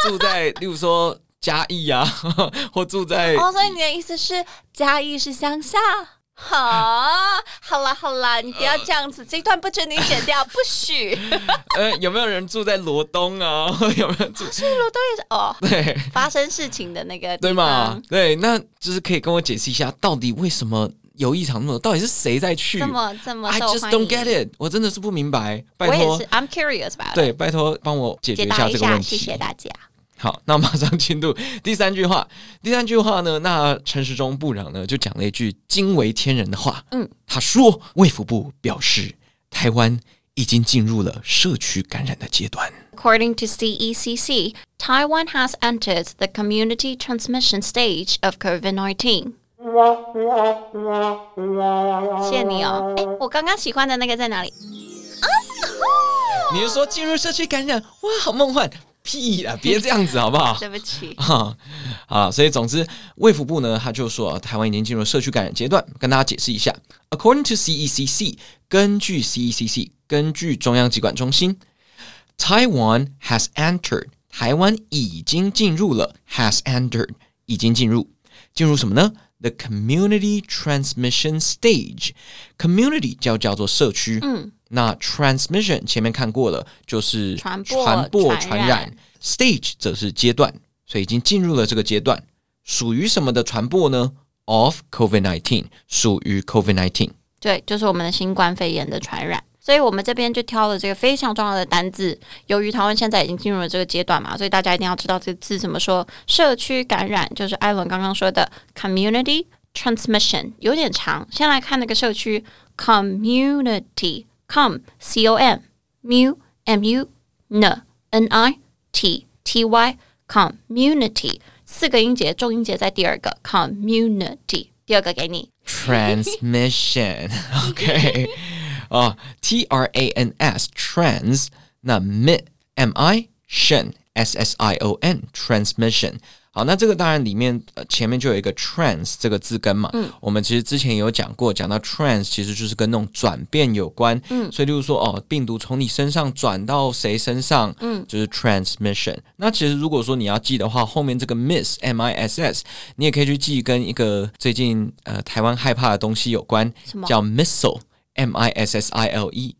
住在，例如说嘉义啊， 或住在哦，所以你的意思是嘉义是乡下？好，好啦好啦，你不要这样子，这一段不准你剪掉，不 许。呃，有没有人住在罗东啊？ 有没有住？所以罗东也是哦，对发生事情的那个地对嘛方？对，那就是可以跟我解释一下，到底为什么游艺场那么多？到底是谁在去这么这么？I 受 just 欢迎 don't get it，我真的是不明白。拜我也托是，，I'm curious about it。对，拜托帮我解决解一答下一这个问下，题。谢谢大家。好，那马上进入第三句话。第三句话呢，那陈时中部长呢就讲了一句惊为天人的话。嗯，他说，卫福部表示，台湾已经进入了社区感染的阶段。 According to CECC, Taiwan has entered the community transmission stage of COVID-19. 谢谢你哦。哎，我刚刚喜欢的那个在哪里？你是说进入社区感染？哇，好梦幻！屁啊，别这样子好 不好？对不起，哈啊，所以总之，卫福部呢，他就说啊台湾已经进入社区感染阶段，跟大家解释一下。According to CECC，根据 CECC，根据中央疾管中心，Taiwan has entered，台湾已经进入了，has entered，已经进入，进入什么呢？The community transmission stage，community 叫叫做社区，嗯，那 transmission 前面看过了，就是传播传播传传染染，stage 则是阶段，所以已经进入了这个阶段。属于什么的传播呢？Of COVID nineteen，属于 COVID nineteen。对，就是我们的新冠肺炎的传染。所以我们这边就挑了这个非常重要的单字。由于台湾现在已经进入了这个阶段嘛，所以大家一定要知道这个字怎么说。社区感染就是艾伦刚刚说的 community transmission，有点长。先来看那个社区 community，com c o m mu m u n n i t t y community 四个音节，重音节在第二个 community，第二个给你。 transmission。OK，哦，T R A N S trans，那 mi M I shin S S I O N transmission。好，那这个当然里面、呃、前面就有一个 trans 这个字根嘛，我们其实之前有讲过，讲到 trans 其实就是跟那种转变有关，嗯，所以就是说哦，病毒从你身上转到谁身上，嗯，就是 transmission。那其实如果说你要记的话，后面这个 miss m i s s，你也可以去记跟一个最近呃台湾害怕的东西有关什，么叫 missile m i s s i l e。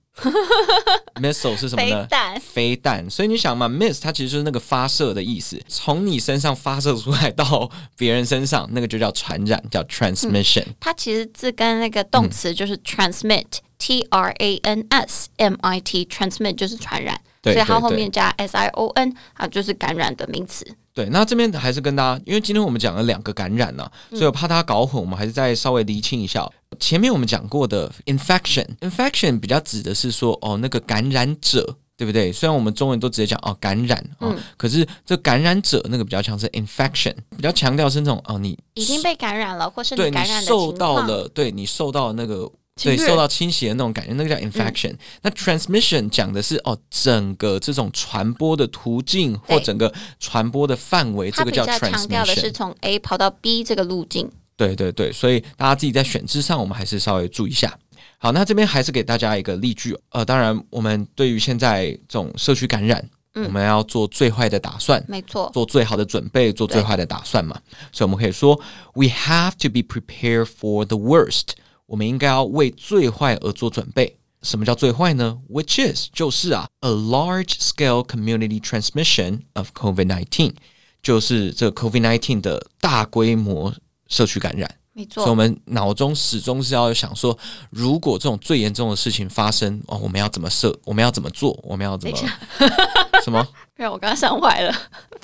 missile 是什么呢？飞弹飞弹。所以你想嘛，miss 它其实就是那个发射的意思，从你身上发射出来到别人身上，那个就叫传染，叫嗯 transmission。它其实字跟那个嗯动词就是 transmit、T R A N S M I T transmit 就是传染，对所以它对后对面加 S I O N 啊，就是感染的名词。对，那这边还是跟大家，因为今天我们讲了两个感染呢、啊所以我怕大家搞混，我们还是再稍微厘清一下哦。前面我们讲过的 infection，infection 比较指的是说哦那个感染者，对不对？虽然我们中文都直接讲哦感染哦，可是这感染者那个比较像是 infection，比较强调是那种哦你已经被感染了，或是对感染的受情到况，了，对你受到那个侵对，略受到侵袭的那种感觉，那个叫嗯 infection。那 transmission 讲的是哦，整个这种传播的途径或对整个传播的范围，这它个比叫较强调的是 transmission。从 A 跑到 B 这个路径。对对对，所以大家自己在选字上，我们还是稍微注意一下。好，那这边还是给大家一个例句。呃，当然，我们对于现在这种社区感染，嗯我们要做最坏的打算。没错，做最好的准备，做最坏的打算嘛。所以我们可以说，We have to be prepared for the worst。我们应该要为最坏而做准备。什么叫最坏呢？Which is 就是啊，a large scale community transmission of COVID-19，就是这个 COVID-19 的大规模社区感染。没所以，我错，们脑中始终是要想说，如果这种最严重的事情发生，哦，我们要怎么设？我们要怎么做？我们要怎么等一？什么？让我刚刚想坏了。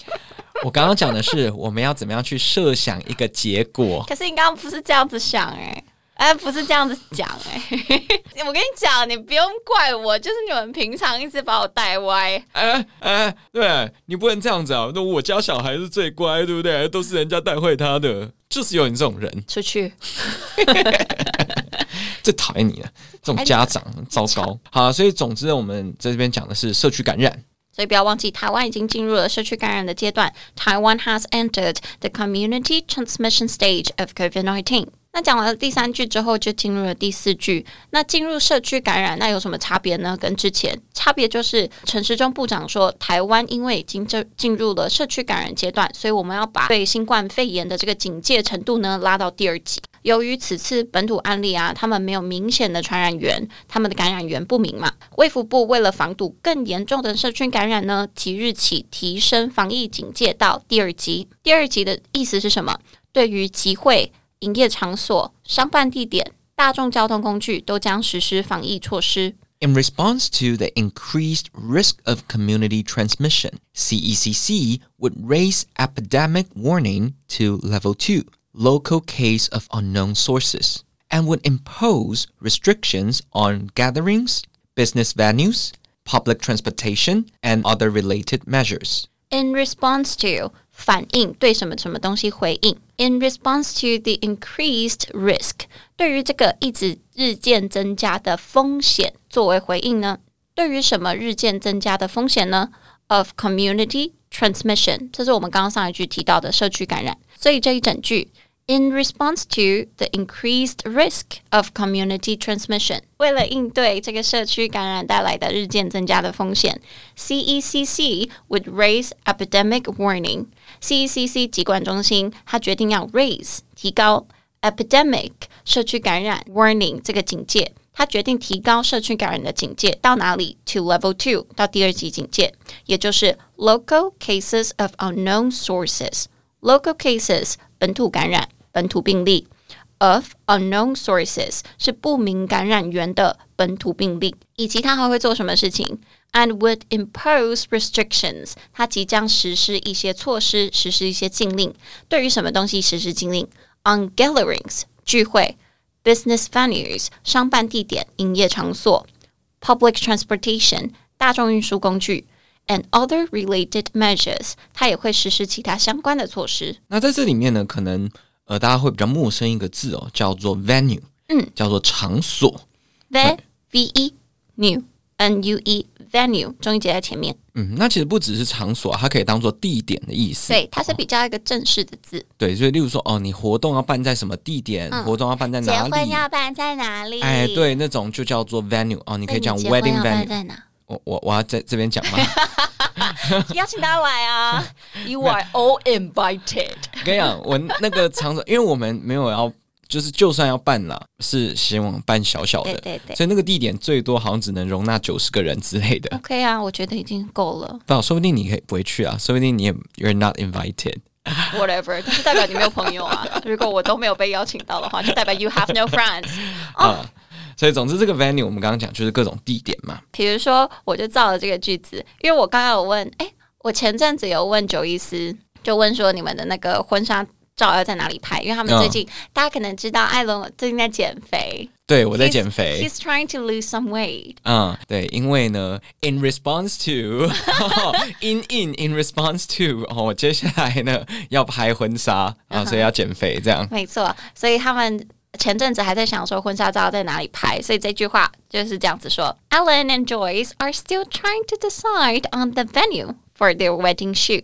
我刚刚讲的是我们要怎么样去设想一个结果。可是你刚刚不是这样子想哎、哎、不是这样子讲哎、 我跟你讲，你不用怪我，就是你们平常一直把我带歪。哎哎，对你不能这样子啊！那我家小孩是最乖，对不对？都是人家带坏他的，就是有你这种人，出去，最讨厌你了。这种家长糟糕。好，所以总之呢我们在这边讲的是社区感染。所以不要忘记，台湾已经进入了社区感染的阶段。台湾 has entered the community transmission stage of COVID-19。那讲完了第三句之后，就进入了第四句。那进入社区感染，那有什么差别呢？跟之前差别就是，陈时中部长说，台湾因为已经这进入了社区感染阶段，所以我们要把对新冠肺炎的这个警戒程度呢拉到第二级。由于此次本土案例啊，他们没有明显的传染源，他们的感染源不明嘛。卫福部为了防堵更严重的社区感染呢，即日起提升防疫警戒到第二级。第二级的意思是什么？对于集会、营业场所、商办地点、大众交通工具都将实施防疫措施。 In response to the increased risk of community transmission, CECC would raise epidemic warning to level 2, local case of unknown sources, and would impose restrictions on gatherings, business venues, public transportation, and other related measures. In response to 反应对什么什么东西回应。In response to the increased risk，对于这个一直日渐增加的风险作为回应呢？对于什么日渐增加的风险呢？Of community transmission，这是我们刚刚上一句提到的社区感染。所以这一整句，In response to the increased risk of community transmission，为了应对这个社区感染带来的日渐增加的风险，CECC would raise epidemic warning。CECC E 疾管中心它决定要 raise 提高 epidemic 社区感染 warning 这个警戒。他决定提高社区感染的警戒到哪里？To level two，到第二级警戒，也就是 local cases of unknown sources。local cases 本土感染、本土病例，of unknown sources 是不明感染源的本土病例，以及他还会做什么事情？And would impose restrictions，他即将实施一些措施，实施一些禁令。对于什么东西实施禁令？On gatherings 聚会，business venues 商办地点、营业场所，public transportation 大众运输工具。and other related measures，它也会实施其他相关的措施。那在这里面呢，可能呃大家会比较陌生一个字哦，叫做 venue，嗯，叫做场所。 The V E new N U E venue 中音节在前面，嗯，那其实不只是场所啊，它可以当做地点的意思。对，它是比较一个正式的字。对，所以例如说，哦，你活动要办在什么地点，活动要办在嗯结哪婚里？要办在哪里？哎，，对，那种就叫做 venue 哦，你可以讲结婚 wedding 要办 venue。在哪？我我我要在这边讲吗？ 邀请大家来 啊！You are all invited。我跟你讲，我那个场所，因为我们没有要，就是就算要办啦，是希望办小小的，对对对所以那个地点最多好像只能容纳九十个人之类的。 OK 啊，我觉得已经够 了。不，说不定你可以不会去啊，说不定你也 you're not invited。 Whatever，就是代表你没有朋友啊。如果我都没有被邀请到的话，就代表 you have no friends。啊所以总之，这个 venue 我们刚刚讲就是各种地点嘛。比如说，我就造了这个句子，因为我刚刚有问，哎，我前阵子有问九一思，就问说你们的那个婚纱照要在哪里拍？因为嗯他们最近、大家可能知道，艾伦最近在减肥，对，我在减肥。 He's trying to lose some weight。嗯，对，因为呢，in response to，in in in response to，哦，我接下来呢要拍婚纱啊，所以要减肥这样。没错，所以他们前阵子还在想说婚纱照在哪里拍，所以这句话就是这样子说：Ellen and Joyce are still trying to decide on the venue for their wedding shoot.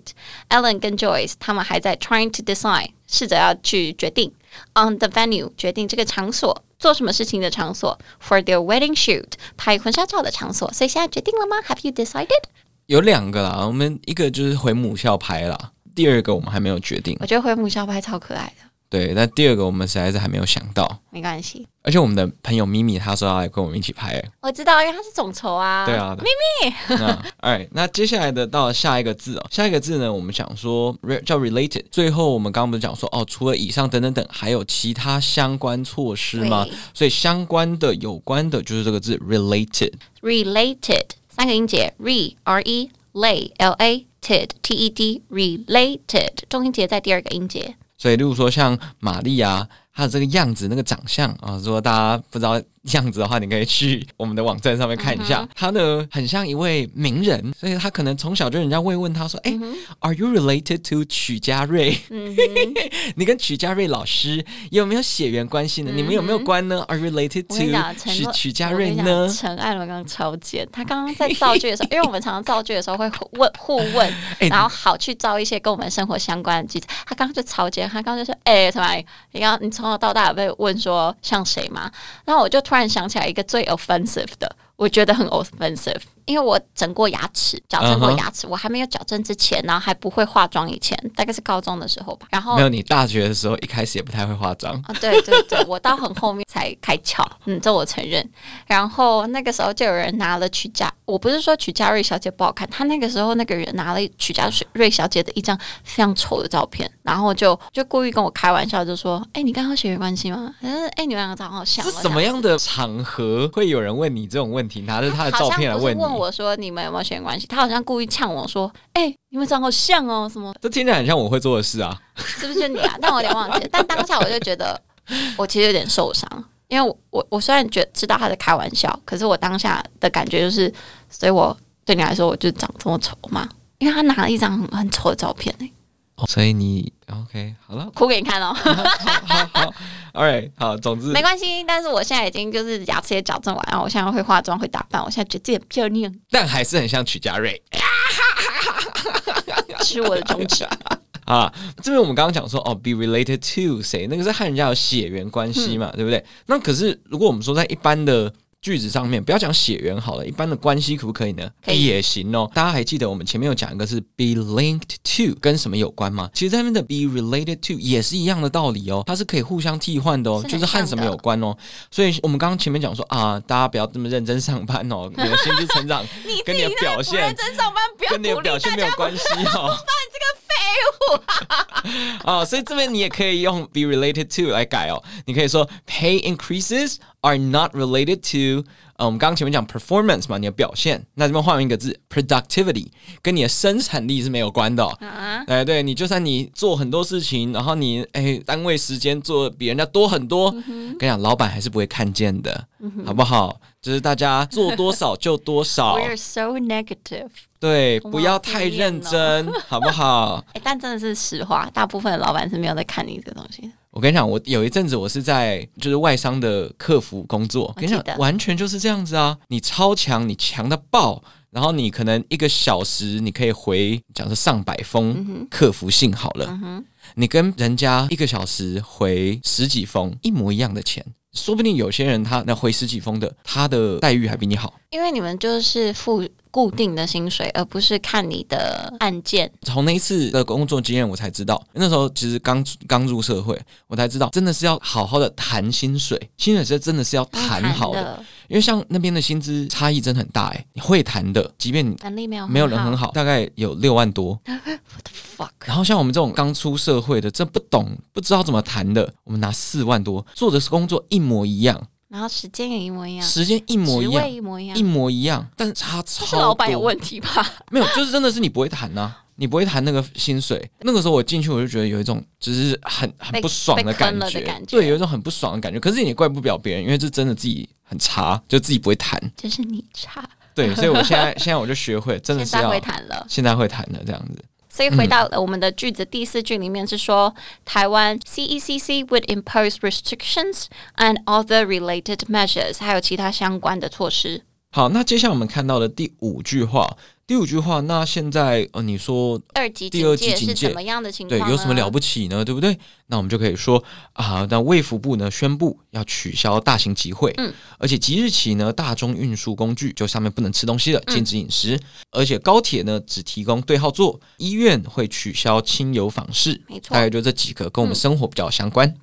Ellen 跟 Joyce 他们还在 trying to decide，试着要去决定 on the venue，决定这个场所。做什么事情的场所？For their wedding shoot，拍婚纱照的场所。所以现在决定了吗？Have you decided？有两个啦，我们一个就是回母校拍啦，第二个我们还没有决定我。觉得回母校拍超可爱的，对，但第二个我们实在是还没有想到。没关系。而且我们的朋友咪咪她说要来跟我们一起拍、欸我知道，因为他是总筹啊。对，啊，咪咪。 那哎，那接下来的到了下一个字哦，下一个字呢，我们想说 re- 叫 related。最后我们刚刚不是讲说哦，除了以上等等等，还有其他相关措施吗对？所以相关的、有关的，就是这个字 related。 related 三个音节，re r e lay l a ted t e d related 重音节在第二个音节。所以，例如说像玛丽啊，她的这个样子、那个长相啊，如果大家不知道样子的话，你可以去我们的网站上面看一嗯下。她呢，很像一位名人，所以她可能从小就人家会问她说：“哎、a 嗯 r e you related to 曲家瑞？ 你跟曲家瑞老师有没有血缘关系呢？你们有没有关呢？Are you related 嗯我跟你讲， to 陈曲若曲家我跟瑞你讲呢？”陈艾伦刚刚超贱，他刚刚在造句的时候， 因为我们常常造句的时候会互问互 问，哎然后好去造一些跟我们生活相关的句子。他刚刚就超贱，他刚刚就说：“哎、欸，什么？你刚你从小到大有被问说像谁吗？”然后我就突然想起来一个最 offensive 的，我觉得很 offensive，因为我整过牙齿，矫正过嗯哼牙齿我还没有矫正之前，然后还不会化妆以前，大概是高中的时候吧。然后没有，你大学的时候一开始也不太会化妆。啊，对对对，我到很后面才开窍，嗯，这我承认。然后那个时候就有人拿了曲家，我不是说曲家瑞小姐不好看，她那个时候那个人拿了曲家瑞小姐的一张非常丑的照片，然后就就故意跟我开玩笑，就说：“哎、你跟她有血缘关系吗？”嗯，哎、你们两个长得好像。是好什像么样的场合会有人问你这种问题？拿着她的照片来好啊像不是你，问我说你们有没有血缘关系？他好像故意呛我说：“哎、你们长得好像哦，什么这听起来很像我会做的事啊。是不是就你啊？但我有点忘记了。 但当下我就觉得，我其实有点受伤，因为我我我虽然觉知道他在开玩笑，可是我当下的感觉就是，所以我对你来说，我就长这么丑嘛？因为他拿了一张很很丑的照片、欸，哦所以你 OK 好了，哭给你看哦，好好，All right，好，总 之没关系。但是我现在已经就是牙齿也矫正完，然后我现在会化妆，会打扮，我现在觉得自己很漂亮，但还是很像曲家瑞吃我的中指。啊。这边我们刚刚讲说哦，be related to 谁，那个是和人家有血缘关系嗯嘛，对不对？那可是如果我们说在一般的句子上面，不要讲血缘好了，一般的关系可不可以呢？可以也行哦。大家还记得我们前面有讲一个是 be linked to 跟什么有关吗？其实这边的 be related to 也是一样的道理哦，它是可以互相替换的哦，是很就是和什么有关哦。所以我们刚刚前面讲说啊，大家不要这么认真上班 哦，你的心智成长 你跟你的表不现认真上班，不要跟你的鼓励表大现没有家关系哦。这个废物啊！所以这边你也可以用 be related to 来改哦。你可以说 pay increases are not related to 呃，我们刚刚前面讲 performance 嘛，你的表现。那这边换一个字 productivity，跟你的生产力是没有关的、哦。啊。哎，对你就算你做很多事情，然后你哎单位时间做比人家多很多，跟你讲老板还是不会看见的，好不好？就是大家做多少就 多少， We're so negative。对，哇不要太认真，好不好？哎、但真的是实话，大部分的老板是没有在看你这个东西的。我跟你讲，我有一阵子我是在就是外商的客服工作，我跟记你得讲，完全就是这样子啊！你超强，你强到爆，然后你可能一个小时你可以回，假设上百封客服信好了，你跟人家一个小时回十几封一模一样的钱，说不定有些人他那回十几封的，他的待遇还比你好。因为你们就是付固定的薪水，而不是看你的案件。从那一次的工作经验，我才知道，那时候其实刚刚入社会，我才知道真的是要好好的谈薪水，薪水是真的是要谈好的，的因为像那边的薪资差异真的很大哎、你会谈的，即便你能力没有没有人很哦好好，大概有六 万多， ，What the fuck？然后像我们这种刚出社会的，真不懂不知道怎么谈的，我们拿四万多，做的工作一模一样，然后时间也一模一样，时间一模一职位样，一模一样一，模一样，但是差超这多。是老板有问题吧？ 没有，就是真的是你不会谈呐、你不会谈那个薪水。那个时候我进去，我就觉得有一种就是很很被不爽的感被坑了觉，的感觉对，有一种很不爽的感觉。可是你也怪不了别人，因为这真的自己很差，就自己不会谈。就是你差，对，所以我现在现在我就学会，真的现是在要嗯会谈了。现在会谈的这样子。所以回到我们的句子第四句里面是说，台湾 CECC would impose restrictions and other related measures，还有其他相关的措施。好，那接下来我们看到的第五句话，第五句话，那现在呃，你说二级第二警级戒警是戒怎么样的情对况？啊有什么了？不起呢？对不对？那我们就可以说啊，那卫福部呢宣布要取消大型集会，嗯，而且即日起呢，大众运输工具就上面不能吃东西了，嗯禁止饮食，而且高铁呢只提供对号座，医院会取消亲友访视，没错嗯大概就这几个跟我们生活比较相关。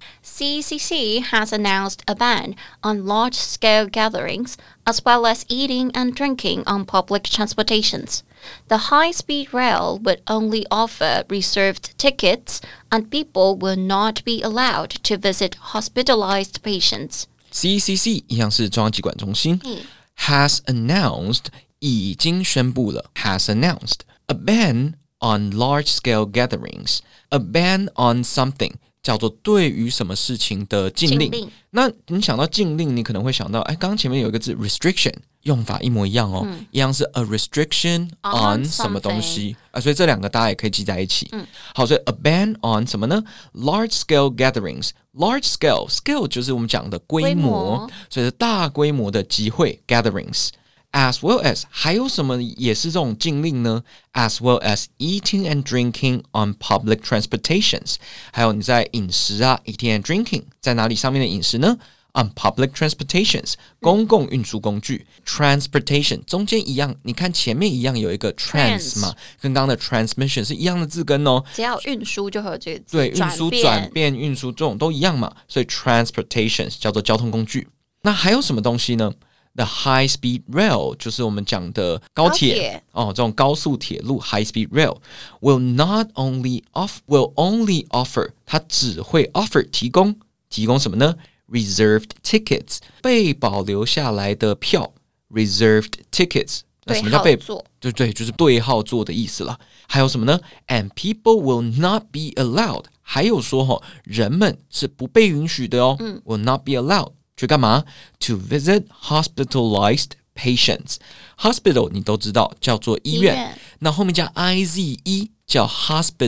CCC has announced a ban on large scale gatherings as well as eating and drinking on public transportations. The high speed rail would only offer reserved tickets, and people will not be allowed to visit hospitalized patients. CCC 一样是中央疾管中心、嗯 h a s announced 已经宣布了，has announced a ban on large-scale gatherings，a ban on something 叫做对于什么事情的禁令。禁令那你想到禁令，你可能会想到，哎，刚刚前面有一个字 restriction，用法一模一样哦，一样是 a restriction On on 什么东 something 西。啊，所以这两个大家也可以记在一起。嗯，好，所以 a ban on 什么呢？Large scale gatherings。Large scale scale 就是我们讲的规模，规模所以是大规模的集会 gatherings。As well as 还有什么也是这种禁令呢？As well as eating and drinking on public transportations，还有你在饮食啊，eating and drinking 在哪里上面的饮食呢？On public transportations，公嗯共运输工具、transportation 中间一样，你看前面一样有一个 trans Trans 嘛，跟刚刚的 transmission 是一样的字根哦。只要运输就会有这个字，对，运转输、变。转变、运输这种都一样嘛，所以 transportation 叫做交通工具。那还有什么东西呢？The high speed rail 就是我们讲的高铁高铁哦，这种高速铁路 high speed rail will not only off will only offer 它只会 offer 提供提供什么呢？Reserved tickets 被保留下来的票，reserved tickets 那什么叫被对号座对对，就是对号座的意思了。还有什么呢？And people will not be allowed。还有说哈、人们是不被允许的哦、w 嗯 i l l not be allowed 去干嘛？To visit hospitalized patients。Hospital 你都知道叫做医院，医院那后面加 i z e 叫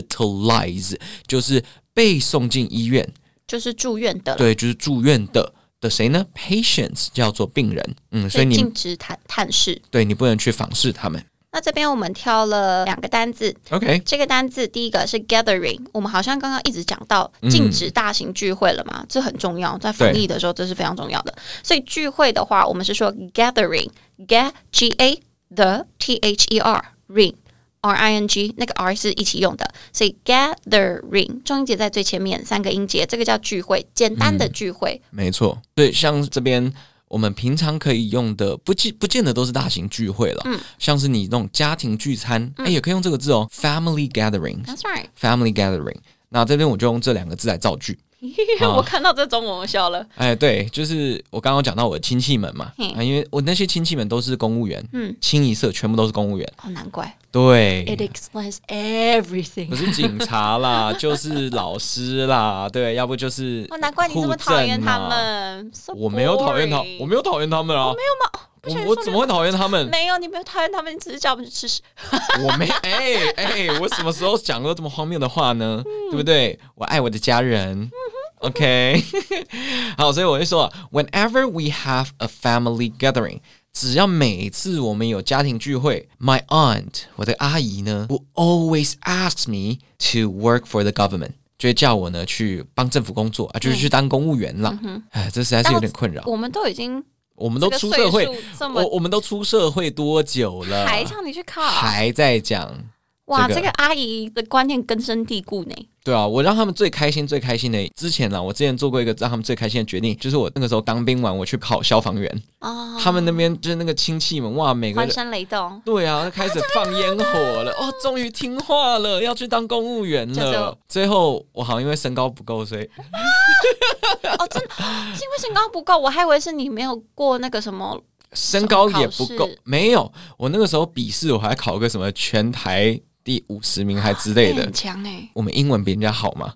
hospitalize，就是被送进医院。就是住院的了，对，就是住院的的谁呢？Patients 叫做病人。嗯，所以你所以禁止探探视。对你不能去访视他们。那这边我们挑了两个单字， OK，这个单字第一个是 gathering，我们好像刚刚一直讲到禁止大型聚会了嘛，这很重要，在防疫的时候这是非常重要的。所以聚会的话，我们是说 gathering，g g a the t h e r ring。R I N G 那个 R 是一起用的，所以 gathering 重音节在最前面，三个音节，这个叫聚会，简单的聚会，没错，对，像这边我们平常可以用的，不见不见得都是大型聚会了，嗯像是你那种家庭聚餐，哎、也可以用这个字哦，family gathering，family That's right， gathering。那这边我就用这两个字来造句。我看到这中文我笑了。哎，对，就是我刚刚讲到我的亲戚们嘛，嗯啊，因为我那些亲戚们都是公务员，嗯，清一色全部都是公务员，哦，难怪。对 It explains everything 不。是警察 啦，就是老师啦，对，要不就是哦，难怪你这么户政讨厌他嘛。们。So 啊我没有讨厌他， boring 我没有讨厌他们啊，哦不是我我怎么会讨厌他们？没有， 你没有讨厌他们，你只是叫我们去吃屎。我没哎哎、我什么时候讲过这么荒谬的话呢？嗯对不对？我爱我的家人。OK，好，所以我就说，Whenever we have a family gathering，只要每次我们有家庭聚会，My aunt，我的阿姨呢，will always ask me to work for the government，就会叫我呢去帮政府工作嗯啊，就是去当公务员啦。哎、这实在是有点困扰。我们都已经我们都这个出社会岁数，这么我我们都出社会多久了？还让你去靠， 还在讲。哇，这个这个阿姨的观念根深蒂固呢。对啊，我让他们最开心、最开心的。之前呢，我之前做过一个让他们最开心的决定，就是我那个时候当兵完，我去考消防员。啊，他们那边就是那个亲戚们，哇，每个欢人声雷动，对啊，开始放烟火 了。哦，终于听话了，要去当公务员就了是。最后我好像因为身高不够，所以哦，真的是因为身高不够，我还以为是你没有过那个什么身高也不考够试。没有，我那个时候笔试我还考个什么全台第五十名还之类 哎的很。强哎我们英文比人家好嘛？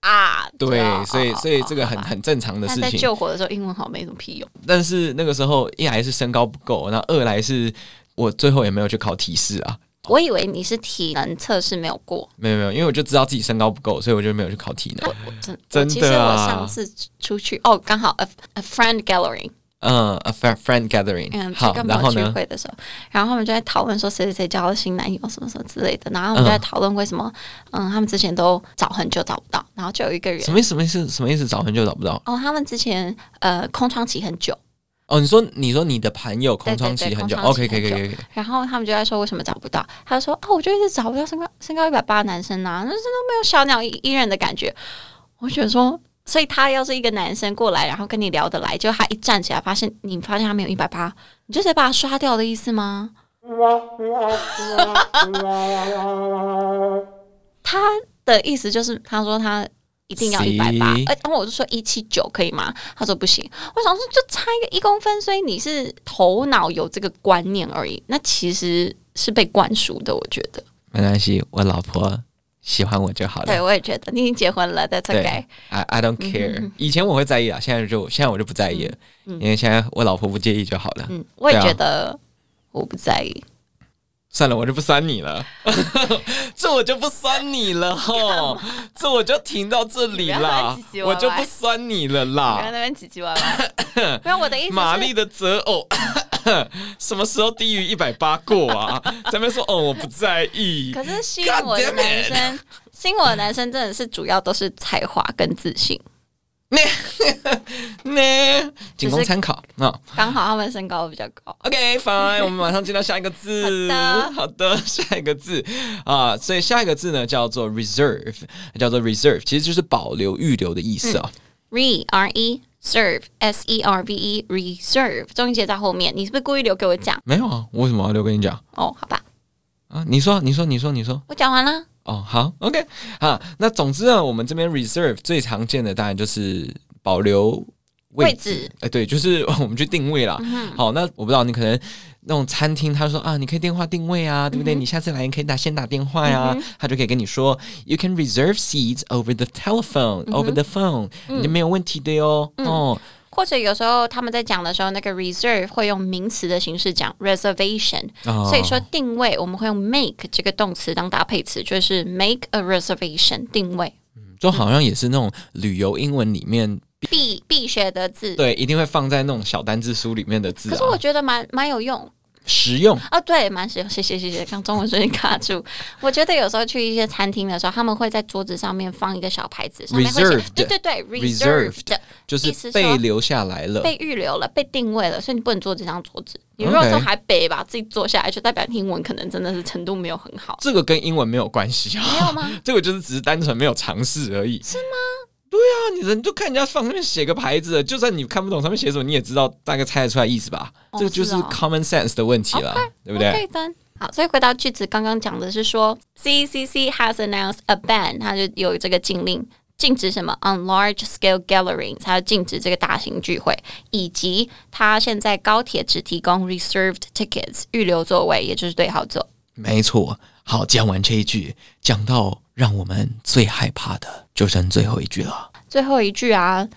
啊，对啊，所以哦所以这个很好吧很正常的事但在情。救火的时候，英文好没什么屁用。但是那个时候一来是身高不够，那二来是我最后也没有去考体试啊，我以为你是体能测试没有过，没有没有，因为我就知道自己身高不够，所以我就没有去考体能。我真我真的啊其实我上次出去哦，刚好 a, a friend gallery，嗯，a friend friend 嗯， gathering，去好，跟然朋友后聚呢？会的时候，然后他们就在讨论说谁谁谁交了新男友什么什么之类的，然后我们就在讨论为什么嗯他们之前都找很久找不到，然后就有一个人什么意思？什么意思？什么意思？找很久找不到？哦，他们之前呃空窗期很久，哦，你说你说你的朋友空对对窗对期很空久窗期，OK，可以可以很可久以可以。然后他们就在说为什么找不到，他就说啊，我就一直找不到身高身高一百八的男生呐、啊，那真的没有小鸟依依人的感觉。我觉得说，所以他要是一个男生过来，然后跟你聊得来，就他一站起来发现你发现他没有一百八，你就是把他刷掉的意思吗？哦他的意思就是，他说他一定要一百八，行哎，然后我就说一七九可以吗？他说不行。我想说就差一个一公分，所以你是头脑有这个观念而已，那其实是被灌输的，我觉得。没关系，我老婆喜欢我就好对，了。我也觉得你已经结婚了，that's 对 okay。 I I don't 嗯哼 care。以前我会在意啊，现在就现在我就不在意了，嗯因为现在我老婆不介意就好了。嗯，我也对啊觉得我不在意。算了，我就不酸你 了，这我就不酸你了吼，这我就停到这里你不要啦乱唧唧，歪歪我就不酸你了不要在啦。那边唧唧歪歪。 没有，我的意思玛是，丽的择偶 什么时候低于一百八过啊？咱们说哦，我不在意可。 是吸引我的 God damn 男 it 生，吸引我的男生真的是主要都是才华跟自信，呢，仅供只是参考。那、刚好他们身高比较高。 OK fine，我们马上进到下一个字。好的的 下一个字啊、所以下一个字呢叫做 reserve，叫做 reserve，其实就是保留、预留的意思啊、 Re R E serve S E R V E reserve 中音节在后面，你是不是故意留给我讲？没有啊，我为什么要留给你讲哦，好吧，啊？你说，你说，你说，你说。我讲完了。哦，好，OK，啊，那总之呢，我们这边 reserve 最常见的当然就是保留位位置嗯哎、对，就是我们去定位啦。好，那我不知道你可能那种餐厅，他说啊，你可以电话定位啊，嗯对不对？你下次来你可以打先打电话呀、他就可以跟你说，you can reserve seats over the 嗯 telephone、over the phone，、你就没有问题的哟。哦，或者有时候他们在讲的时候，那个 reserve 会用名词的形式讲 reservation，、哦所以说定位我们会用 make 这个动词当搭配词，就是 make a reservation 定位就好像也是那种旅游英文里面，必必学的字。对，一定会放在那种小单字书里面的字可是我啊，觉得蛮蛮有用实用。啊，对，蛮实用。谢谢谢谢，刚中文瞬间卡住。我觉得有时候去一些餐厅的时候，他们会在桌子上面放一个小牌子，上面会写 Reserved 对对对 Reserved ，reserved 就是意思说被留下来了。被预留了，被定位了，所以你不能坐这张桌子。你如果 OK 从台北把自己坐下来，就代表你英文可能真的是程度没有很好。这个跟英文没有关系啊，没有吗？ 这个就是只是单纯没有尝试而已。是吗？对啊，你人就看人家放那边写个牌子，就算你看不懂上面写什么，你也知道大概猜得出来意思吧？哦这个就是是哦 common sense 的问题了 OK，对不对 OK，分。好，所以回到句子，刚刚讲的是说，CCC has announced a ban，它就有这个禁令，禁止什么 on large scale gathering，它要禁止这个大型聚会，以及它现在高铁只提供 reserved tickets 预留座位，也就是对号座。没错。好，讲完这一句，讲到让我们最害怕的，就剩最后一句了。最后一句啊，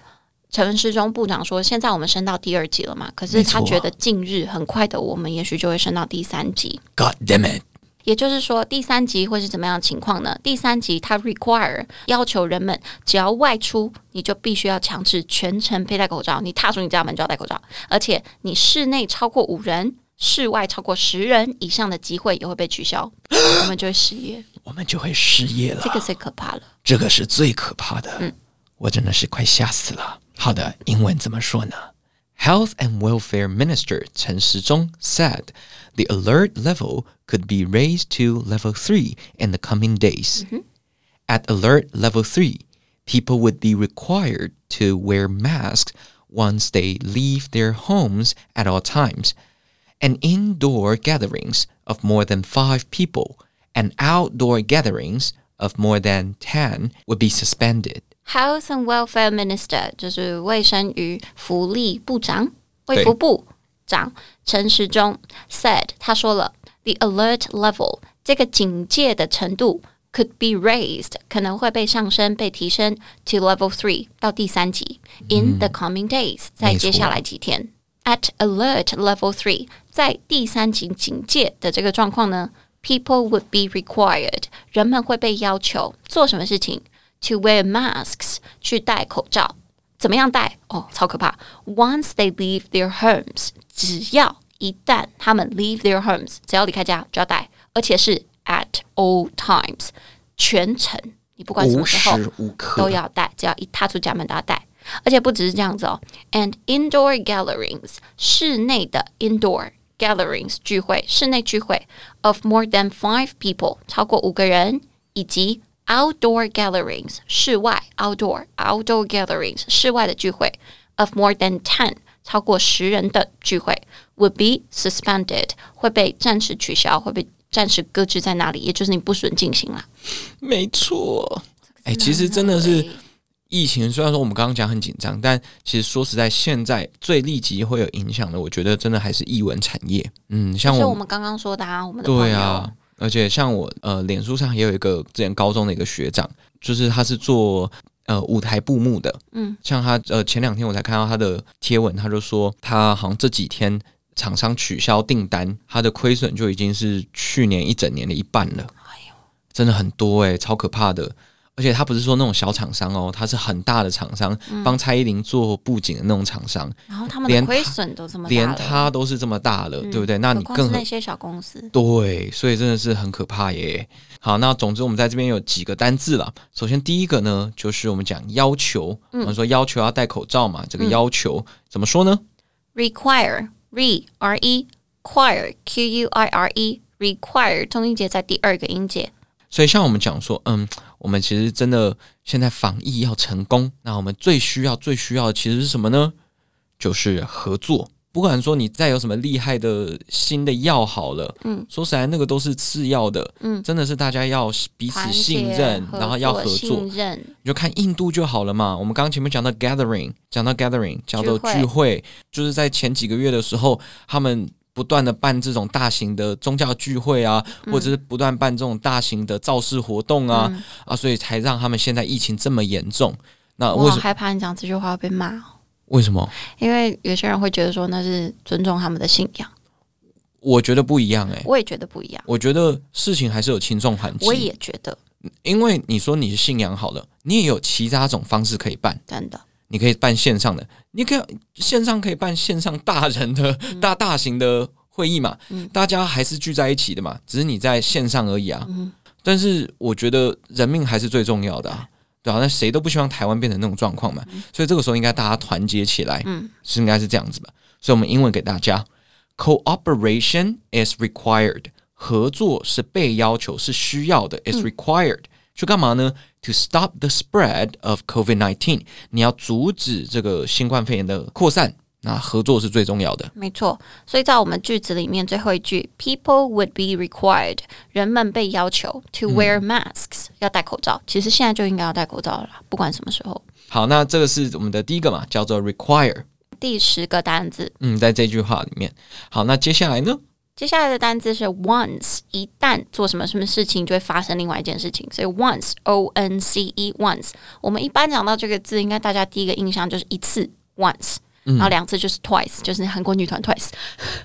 陈时中部长说，现在我们升到第二级了嘛，可是没错他觉得近日很快的，我们也许就会升到第三级。 God damn it！也就是说，第三级会是怎么样的情况呢？第三级它 require 要求人们，只要外出，你就必须要强制全程佩戴口罩，你踏出你家门就要戴口罩，而且你室内超过五人。室外超过十人以上的集会也会被取消，我们就会失业，我们就会失业了这。个最可怕了。这个是最可怕的。我真的是快吓死了。好的，英文怎么说呢？Health and Welfare Minister 陈时中 said the alert level could be raised to level 3 in the coming days. At alert level 3, people would be required to wear masks once they leave their homes at all times and indoor gatherings of more than five people and outdoor gatherings of more than 10 would be suspended. Health and Welfare Minister 就是卫生与福利部长，对卫福部长陈时中 said，他说了，the alert level 这个警戒的程度 could be raised，可能会被上升、被提升 to level three 到第三级，in the coming days 在接下来几天。At alert level three，在第三级警戒的这个状况呢 people would be required，人们会被要求做什么事情？To wear masks，去戴口罩。怎么样戴？哦，超可怕！Once they leave their homes，只要一旦他们 leave their homes，只要离开家就要戴，而且是 at all times，全程，你不管什么无时候时无刻都要戴，只要一踏出家门都要戴。而且不只是这样子哦，and indoor gatherings 室内的 indoor gatherings 聚会，室内聚会 of more than five people 超过五个人，以及 outdoor gatherings 室外 outdoor outdoor gatherings 室外的聚会 of more than ten 超过十人的聚会 would be suspended 会被暂时取消，会被暂时搁置在那里，也就是你不准进行啦。没错，哎、其实真的是。疫情虽然说我们刚刚讲很紧张，但其实说实在，现在最立即会有影响的，我觉得真的还是译文产业。嗯，像所以我我们刚刚说的啊，我们的朋对友。啊，而且像我呃，脸书上也有一个之前高中的一个学长，就是他是做呃舞台布幕的，嗯，像他呃前两天我才看到他的贴文，他就说他好像这几天厂商取消订单，他的亏损就已经是去年一整年的一半了，哎真的很多哎、超可怕的。而且他不是说那种小厂商哦，他是很大的厂商，嗯帮蔡依林做布景的那种厂商，然后他们的连他亏损都这么大连了嗯他都是这么大了，对不对？那何你况更是何那些小公司，对，所以真的是很可怕耶。好，那总之我们在这边有几个单字啦。首先第一个呢，就是我们讲要求，嗯我们说要求要戴口罩嘛，这个要求、怎么说呢？ require re r e quire q u i r e require 中音节在第二个音节，所以像我们讲说，嗯，我们其实真的现在防疫要成功，那我们最需要、最需要的其实是什么呢？就是合作。不管说你再有什么厉害的新的药好了，嗯，说实在那个都是次要的，嗯，真的是大家要彼此团信结任，合然后要作合作信，任你就看印度就好了嘛。我们刚刚前面讲到 gathering，讲到 gathering，讲到聚会聚会，就是在前几个月的时候，他们不断的办这种大型的宗教聚会啊，嗯或者是不断办这种大型的造势活动啊、啊，所以才让他们现在疫情这么严重。我那呃为好什害怕你讲这句话会被骂哦，为什么？因为有些人会觉得说那是尊重他们的信仰，我觉得不一样哎、我也觉得不一样，我觉得事情还是有轻重缓我急，也觉得因为你说你是信仰好了，你也有其他种方式可以办。真的你可以办线上的，你可以线上可以办线上大人的、大大型的会议嘛，大家还是聚在一起的嘛，只是你在线上而已啊。但是我觉得人命还是最重要的啊，对啊，那谁都不希望台湾变成那种状况嘛，所以这个时候应该大家团结起来，嗯是应该是这样子吧。所以我们英文给大家，cooperation is required，合作是被要求，是需要的，is required。去干嘛呢？To stop the spread of COVID-19，你要阻止这个新冠肺炎的扩散，那合作是最重要的。没错。所以在我们句子里面最后一句，people would be required，人们被要求 to wear masks，、要戴口罩。其实现在就应该要戴口罩了啦，不管什么时候。好，那这个是我们的第一个嘛，叫做 require。第十个单字，嗯，在这句话里面。好，那接下来呢？接下来的单字是 once，一旦做什么什么事情，就会发生另外一件事情。所以 once o n c e once，我们一般讲到这个字，应该大家第一个印象就是一次 once，、然后两次就是 twice，就是韩国女团 twice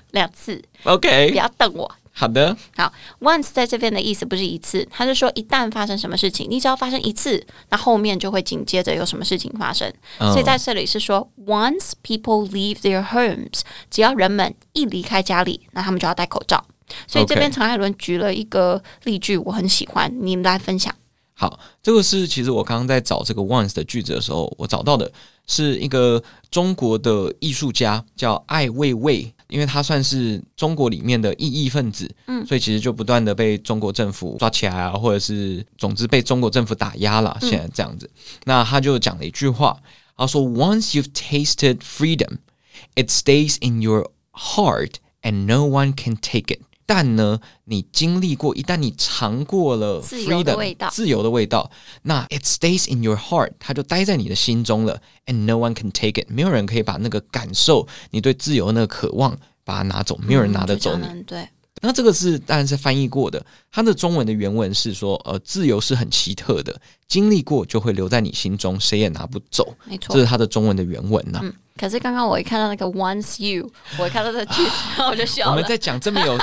两次。不 OK，要瞪我。好的，好，once 在这边的意思不是一次，它是说一旦发生什么事情，你只要发生一次，那后面就会紧接着有什么事情发生。嗯所以在这里是说，once people leave their homes，只要人们一离开家里，那他们就要戴口罩。所以这边 OK 陈海伦举了一个例句，我很喜欢，你来分享。好，这个是其实我刚刚在找这个 once 的句子的时候，我找到的是一个中国的艺术家叫艾未未，因为他算是中国里面的异议分子，嗯，所以其实就不断的被中国政府抓起来啊，或者是总之被中国政府打压了，现在这样子。那他就讲了一句话，他说：“Once you've tasted freedom, it stays in your heart, and no one can take it。”但呢，你经历过，一旦你尝过了自由的 freedom，味道自由的味道，那 it stays in your heart，它就待在你的心中了，and no one can take it，没有人可以把那个感受，你对自由的那个渴望，把它拿走，没有人拿得走嗯就这。你样啊呢对，那这个是当然是翻译过的，它的中文的原文是说，呃，自由是很奇特的，经历过就会留在你心中，谁也拿不走。没错这。是它的中文的原文呐、嗯，可 是刚刚我一看到那个 once you，我一看到这个句子，然后我就笑我了们。在讲这么有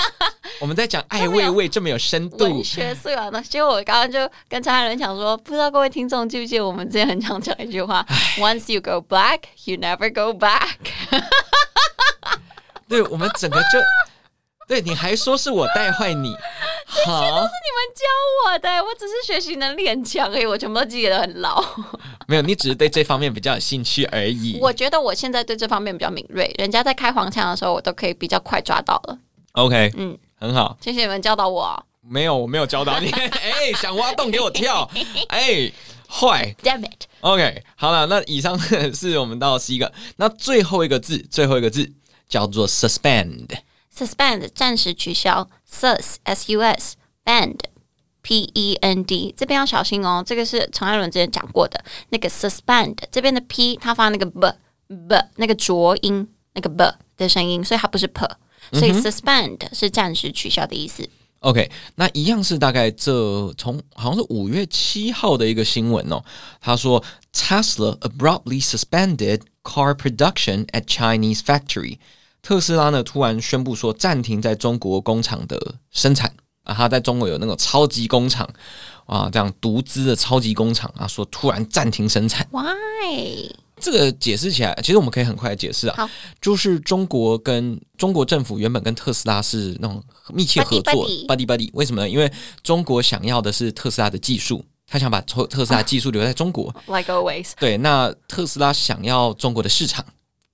我们在讲爱味味这么有深度文，学素养的。结果我刚刚就跟陈汉伦讲说，不知道各位听众记不记得我们之前很常讲一句话：Once you go black, you never go back。 对我们整个就，对你还说是我带坏你，好，你们教我的，我只是学习能力很强而已，我全部都记得很牢。没有，你只是对这方面比较有兴趣而已。我觉得我现在对这方面比较敏锐，人家在开黄腔的时候，我都可以比较快抓到了。 OK，嗯，很好，谢谢你们教导我哦。没有，我没有教 导你，哎，想挖洞给我跳，哎，坏。 Damn it！ OK，好了，那以上 是我们到十一个，那最后一个字，最后一个字叫做 suspend。 suspend 暂时取消，sus s u s band p e n d 这边要小心哦，这个是陈艾伦之前讲过的那个 suspend 这边的 p 它发那个 b b 那个浊音那个 b 的声音，所以它不是 p，所嗯以 suspend 是暂时取消的意思。 OK，那一样是大概这从好像是五月七号的一个新闻哦，他说 Tesla abruptly suspended car production at Chinese factory。特斯拉呢突然宣布说暂停在中国工厂的生产啊，他在中国有那种超级工厂啊，这样独资的超级工厂啊，说突然暂停生产。 Why？这个解释起来，其实我们可以很快地解释啊好，就是中国跟中国政府原本跟特斯拉是那种密切合作 Buddy ，buddy buddy。为什么呢？因为中国想要的是特斯拉的技术，他想把特特斯拉技术留在中国。 Like always, 对，那特斯拉想要中国的市场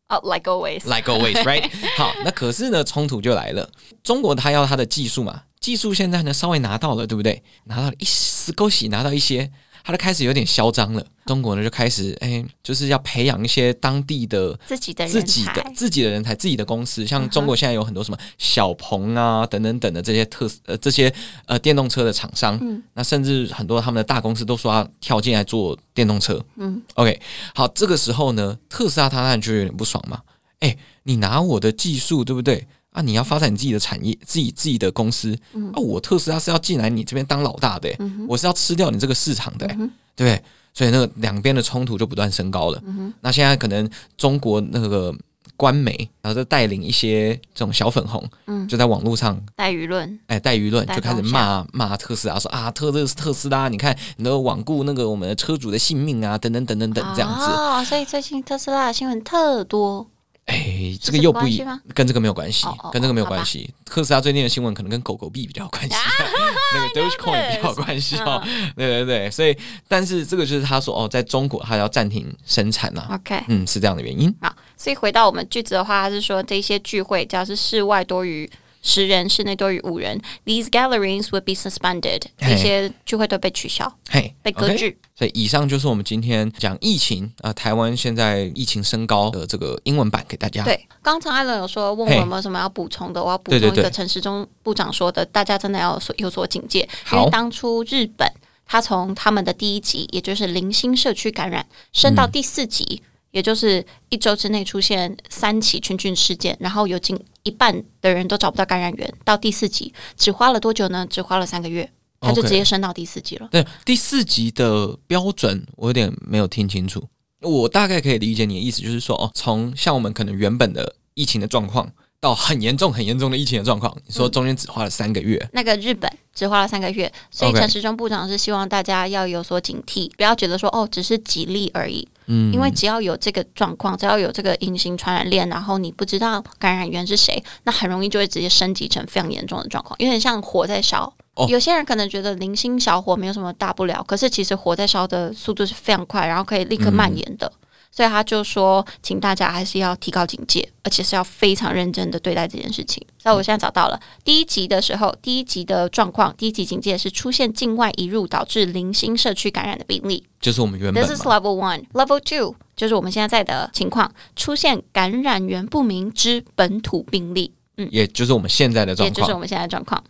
oh, like always. ，like always，right？好，那可是呢，冲突就来了。中国他要他的技术嘛，技术现在呢稍微拿到了，对不对？拿到了一丝勾喜，拿到一些，他就开始有点嚣张了。中国呢就开始哎，就是要培养一些当地的自己的人自己的才嗯自己的人才、自己的公司，像中国现在有很多什么小鹏啊等等等的这些特斯呃这些呃电动车的厂商，嗯那甚至很多他们的大公司都说要跳进来做电动车。嗯，OK，好，这个时候呢，特斯拉他当然就有点不爽嘛，哎、你拿我的技术对不对？啊，你要发展你自己的产业，自己自己的公司。嗯啊，我特斯拉是要进来你这边当老大的、欸我是要吃掉你这个市场嗯的、欸对不对？所以那个两边的冲突就不断升高了。嗯那现在可能中国那个官媒，然后就带领一些这种小粉红，就在网络上带舆论，哎带舆论，嗯带就开始风骂骂特斯拉，说啊特特特斯拉，你看你都罔顾那个我们的车主的性命啊，等等等等等这样子。哦，所以最近特斯拉的新闻特多。哎，这是个有又不关一系吗跟这个没有关系哦哦，跟这个没有好吧啊关系。特斯拉最近的新闻可能跟狗狗币比较有关系， 那个 Dogecoin 比较有关系 哦。 对对对，所以但是这个就是他说哦，在中国他要暂停生产呐、 OK，嗯，是这样的原因。好，所以回到我们句子的话，它是说这些聚会，只要是室外多于十人，室内多于五人，these gatherings would be suspended，嘿这些聚会都被取消，嘿，被搁 OK 置。所以以上就是我们今天讲疫情啊、台湾现在疫情升高的这个英文版给大家。对，刚才艾伦有说问嘿我有没有什么要补充的，我要补对对充一个对陈时中部长说的，大家真的要所有所警戒，因好为当初日本他从他们的第一级，也就是零星社区感染，升嗯到第四级。也就是一周之内出现三起群聚事件，然后有近一半的人都找不到感染源，到第四级只花了多久呢？只花了三个月，他就 OK 直接升到第四级了。对，第四集的标准我有点没有听清楚。我大概可以理解你的意思，就是说哦，从像我们可能原本的疫情的状况，到很严重、很严重的疫情的状况，你说中间只花了三个月，那个日本只花了三个月，所以 OK 陈时中部长是希望大家要有所警惕，不要觉得说哦，只是几例而已，嗯，因为只要有这个状况，只要有这个隐形传染链，然后你不知道感染源是谁，那很容易就会直接升级成非常严重的状况，有点像火在烧。哦有些人可能觉得零星小火没有什么大不了，可是其实火在烧的速度是非常快，然后可以立刻蔓延的。嗯所以他就说，请大家还是要提高警戒，而且是要非常认真的对待这件事情。所以我现在找到了第一集的时候，第一集的状况，第一集警戒是出现境外移入导致零星社区感染的病例。就是我们原 This 本 is 嘛。 level one. Level two 就是我们现在在的情况，出现感染源不明之本土病例，也就是我们现在的状也就是我况，们现在的状况。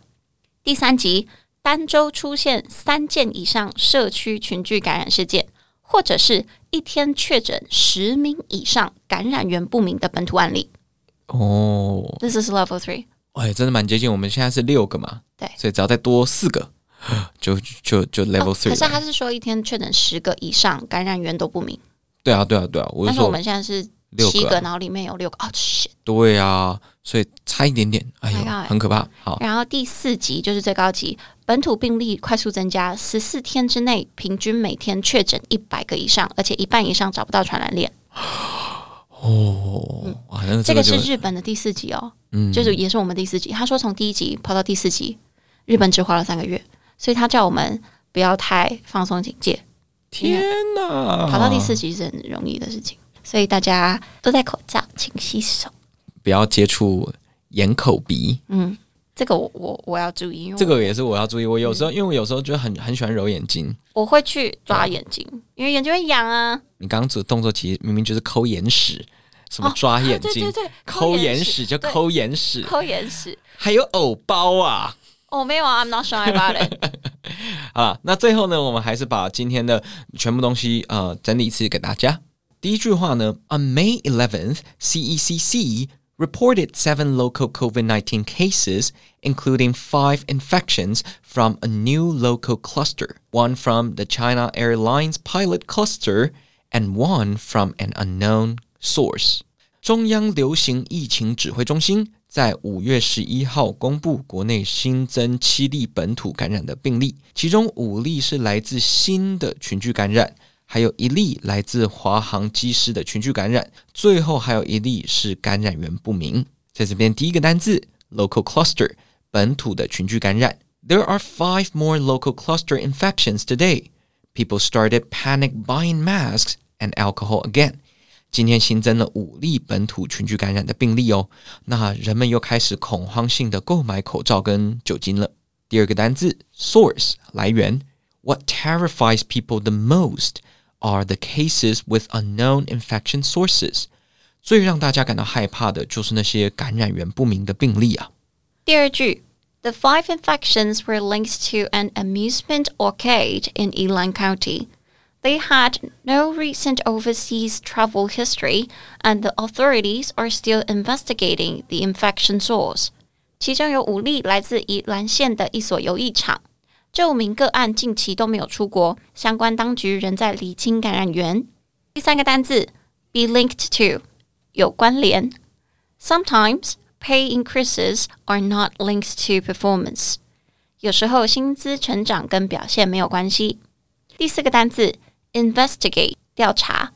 第三级，单周出现三件以上社区群聚感染事件，或者是一天确诊十名以上感染源不明的本土案例。哦， This is level three. 哎，真的蛮接近。我们现在是六个嘛，对所以只要再多四个，就就就哦 level 可 three 是了。他是说一天确诊十个以上感染源都不明，对啊，对啊，对啊，我但是是我说们现在是六七个啊个，然后里面有六个。哦，shit，对啊，所以差一点点，哎呦 My God，很可怕。好，然后第四级就是最高级，本土病例快速增加，十四天之内平均每天确诊一百个以上，而且一半以上找不到传染链。哦，哇，那嗯这个个就是日本的第四级哦，嗯，就是也是我们第四级。他说从第一级跑到第四级，日本只花了三个月，所以他叫我们不要太放松警戒。天哪，啊跑到第四级是很容易的事情，所以大家都戴口罩，勤洗手。不要接触眼口鼻，嗯，这个我我我要注意，因为这个也是我要注意。嗯我有时候因为我有时候就很很喜欢揉眼睛，我会去抓眼睛，因为眼睛会痒啊。你刚刚这个动作其实明明就是抠眼屎，什么哦抓眼对睛对，对，抠眼屎屎就对抠眼屎，抠眼屎。还有藕包啊。哦，没有啊，I'm not shy about it。好了，那最后呢，我们还是把今天的全部东西呃整理一次给大家。第一句话呢，On May 11th, CECC reported seven local COVID-19 cases, including five infections from a new local cluster, one from the China Airlines pilot cluster, and one from an unknown source. 中央流行疫情指挥中心在五月十一号公布国内新增七例本土感染的病例，其中五例是来自新的群聚感染，还有一例来自华航机师的群聚感染，最后还有一例是感染源不明。在这边第一个单字 local cluster 本土的群聚感染，There are five more local cluster infections today. People started panic buying masks and alcohol again. 今天新增了五例本土群聚感染的病例哦，那人们又开始恐慌性的购买口罩跟酒精了。第二个单字 source 来源，What terrifies people the most are the cases with unknown infection sources。最让大家感到害怕的就是那些感染源不明的病例啊。第二句，The five infections were linked to an amusement arcade in Elan County. They had no recent overseas travel history, and the authorities are still investigating the infection source. 其中有五例来自宜兰县的一所游艺场。这五名个案近期都没有出国，相关当局仍在厘清感染源。第三个单字，be linked to，有关联。Sometimes pay increases are not linked to performance，有时候薪资成长跟表现没有关系。第四个单字，investigate，调查。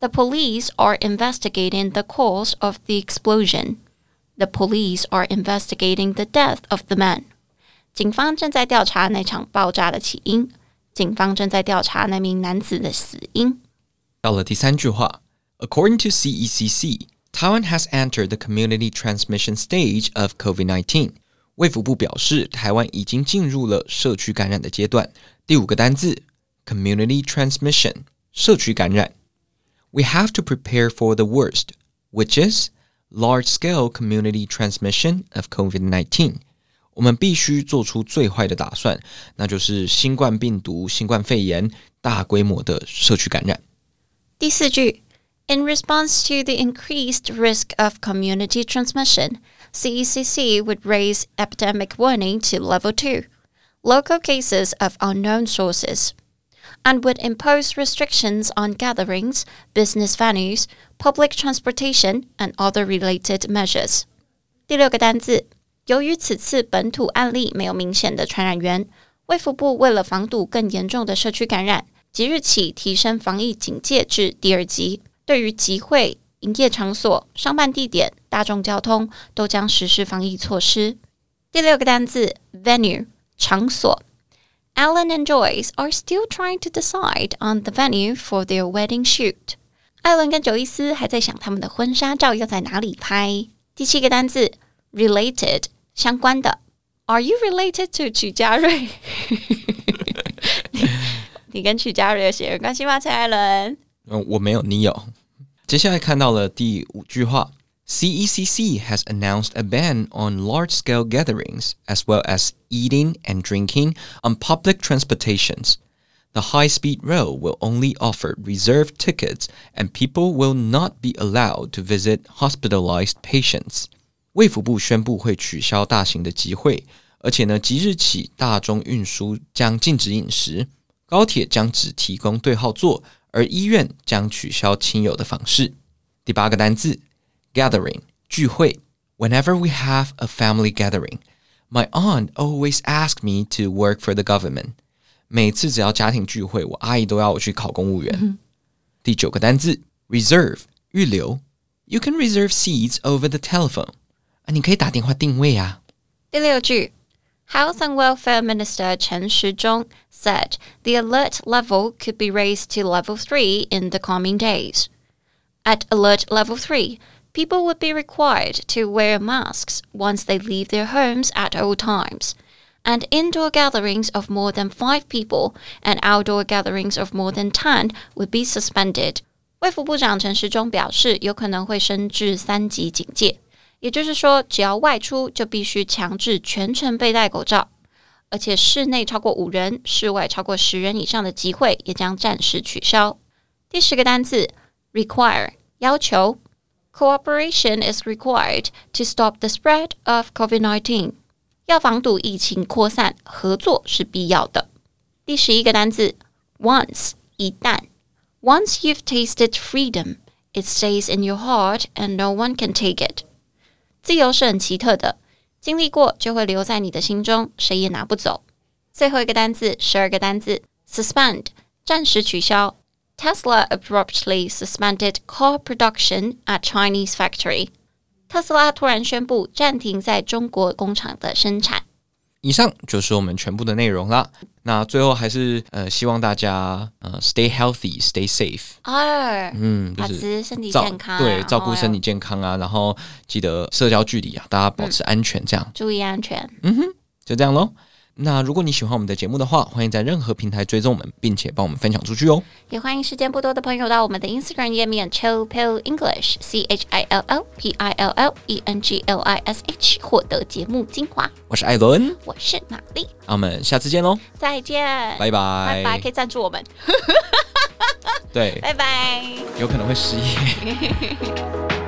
The police are investigating the cause of the explosion. The police are investigating the death of the man. 警方正在调查那场爆炸的起因。警方正在调查那名男子的死因。到了第三句话，According to CECC, Taiwan has entered the community transmission stage of COVID-19。卫福部表示，台湾已经进入了社区感染的阶段。第五个单字，community transmission，社区感染。We have to prepare for the worst, which is large-scale community transmission of COVID-19。我们必须做出最坏的打算，那就是新冠病毒、新冠肺炎大规模的社区感染。第四句，In response to the increased risk of community transmission, CECC would raise epidemic warning to level two, local cases of unknown sources, and would impose restrictions on gatherings, business venues, public transportation, and other related measures. 第六个单字，由于此次本土案例没有明显的传染源，卫福部为了防堵更严重的社区感染，即日起提升防疫警戒至第二级。对于集会、营业场所、商办地点、大众交通，都将实施防疫措施。第六个单字，venue 场所。Alan and Joyce are still trying to decide on the venue for their wedding shoot. 艾伦跟九伊斯还在想他们的婚纱照要在哪里拍。第七个单字，related 相关的。Are you related to 曲家瑞？ 你你跟曲家瑞有血缘关系吗？陈艾伦，嗯，我没有，你有。接下来看到了第五句话，CECC E has announced a ban on large-scale gatherings as well as eating and drinking on public transportations. The high-speed rail will only offer reserved tickets, and people will not be allowed to visit hospitalized patients. 卫福部宣布会取消大型的集会，而且呢，即日起大众运输将禁止饮食，高铁将只提供对号座，而医院将取消亲友的访视。第八个单字，gathering 聚会。 Whenever we have a family gathering, my aunt always asks me to work for the government. 每次只要家庭聚会，我阿姨都要我去考公务员。嗯第九个单字 reserve 预留，you can reserve seats over the telephone 啊，你可以打电话定位啊。第六句，Health and Welfare Minister 陈时中 said the alert level could be raised to level three in the coming days. At alert level three, people would be required to wear masks once they leave their homes at all times. And indoor gatherings of more than five people and outdoor gatherings of more than ten would be suspended. 卫福部长陈时中表示，有可能会升至三级警戒，也就是说，只要外出就必须强制全程佩戴口罩，而且室内超过五人、室外超过十人以上的集会也将暂时取消。第十个单词 require 要求，cooperation is required to stop the spread of COVID-19，要防堵疫情扩散，合作是必要的。第十一个单词 once 一旦。Once you've tasted freedom, it stays in your heart and no one can take it. 自由是很奇特的，经历过就会留在你的心中，谁也拿不走。最后一个单字，十二个单字，suspend 暂时取消。Tesla abruptly suspended car production at Chinese factory. 特斯拉突然宣布暂停在中国工厂的生产。以上就是我们全部的内容啦。那最后还是呃，希望大家呃，stay healthy, stay safe。二，嗯，就保是持身体照健康，啊对照顾身然体后健康啊，然后记得社交距离啊，大家保持安全，这样要注意安全。就这样喽。那如果你喜欢我们的节目的话，欢迎在任何平台追踪我们，并且帮我们分享出去哦。也欢迎时间不多的朋友到我们的 Instagram 页面 Chill Pill English C H I L L P I L L E N G L I S H 获得节目精华。我是艾伦，我是玛丽，那我们下次见喽，再见，拜拜拜。哎拜，可哎以赞助我们，对，拜拜。有可能会失业。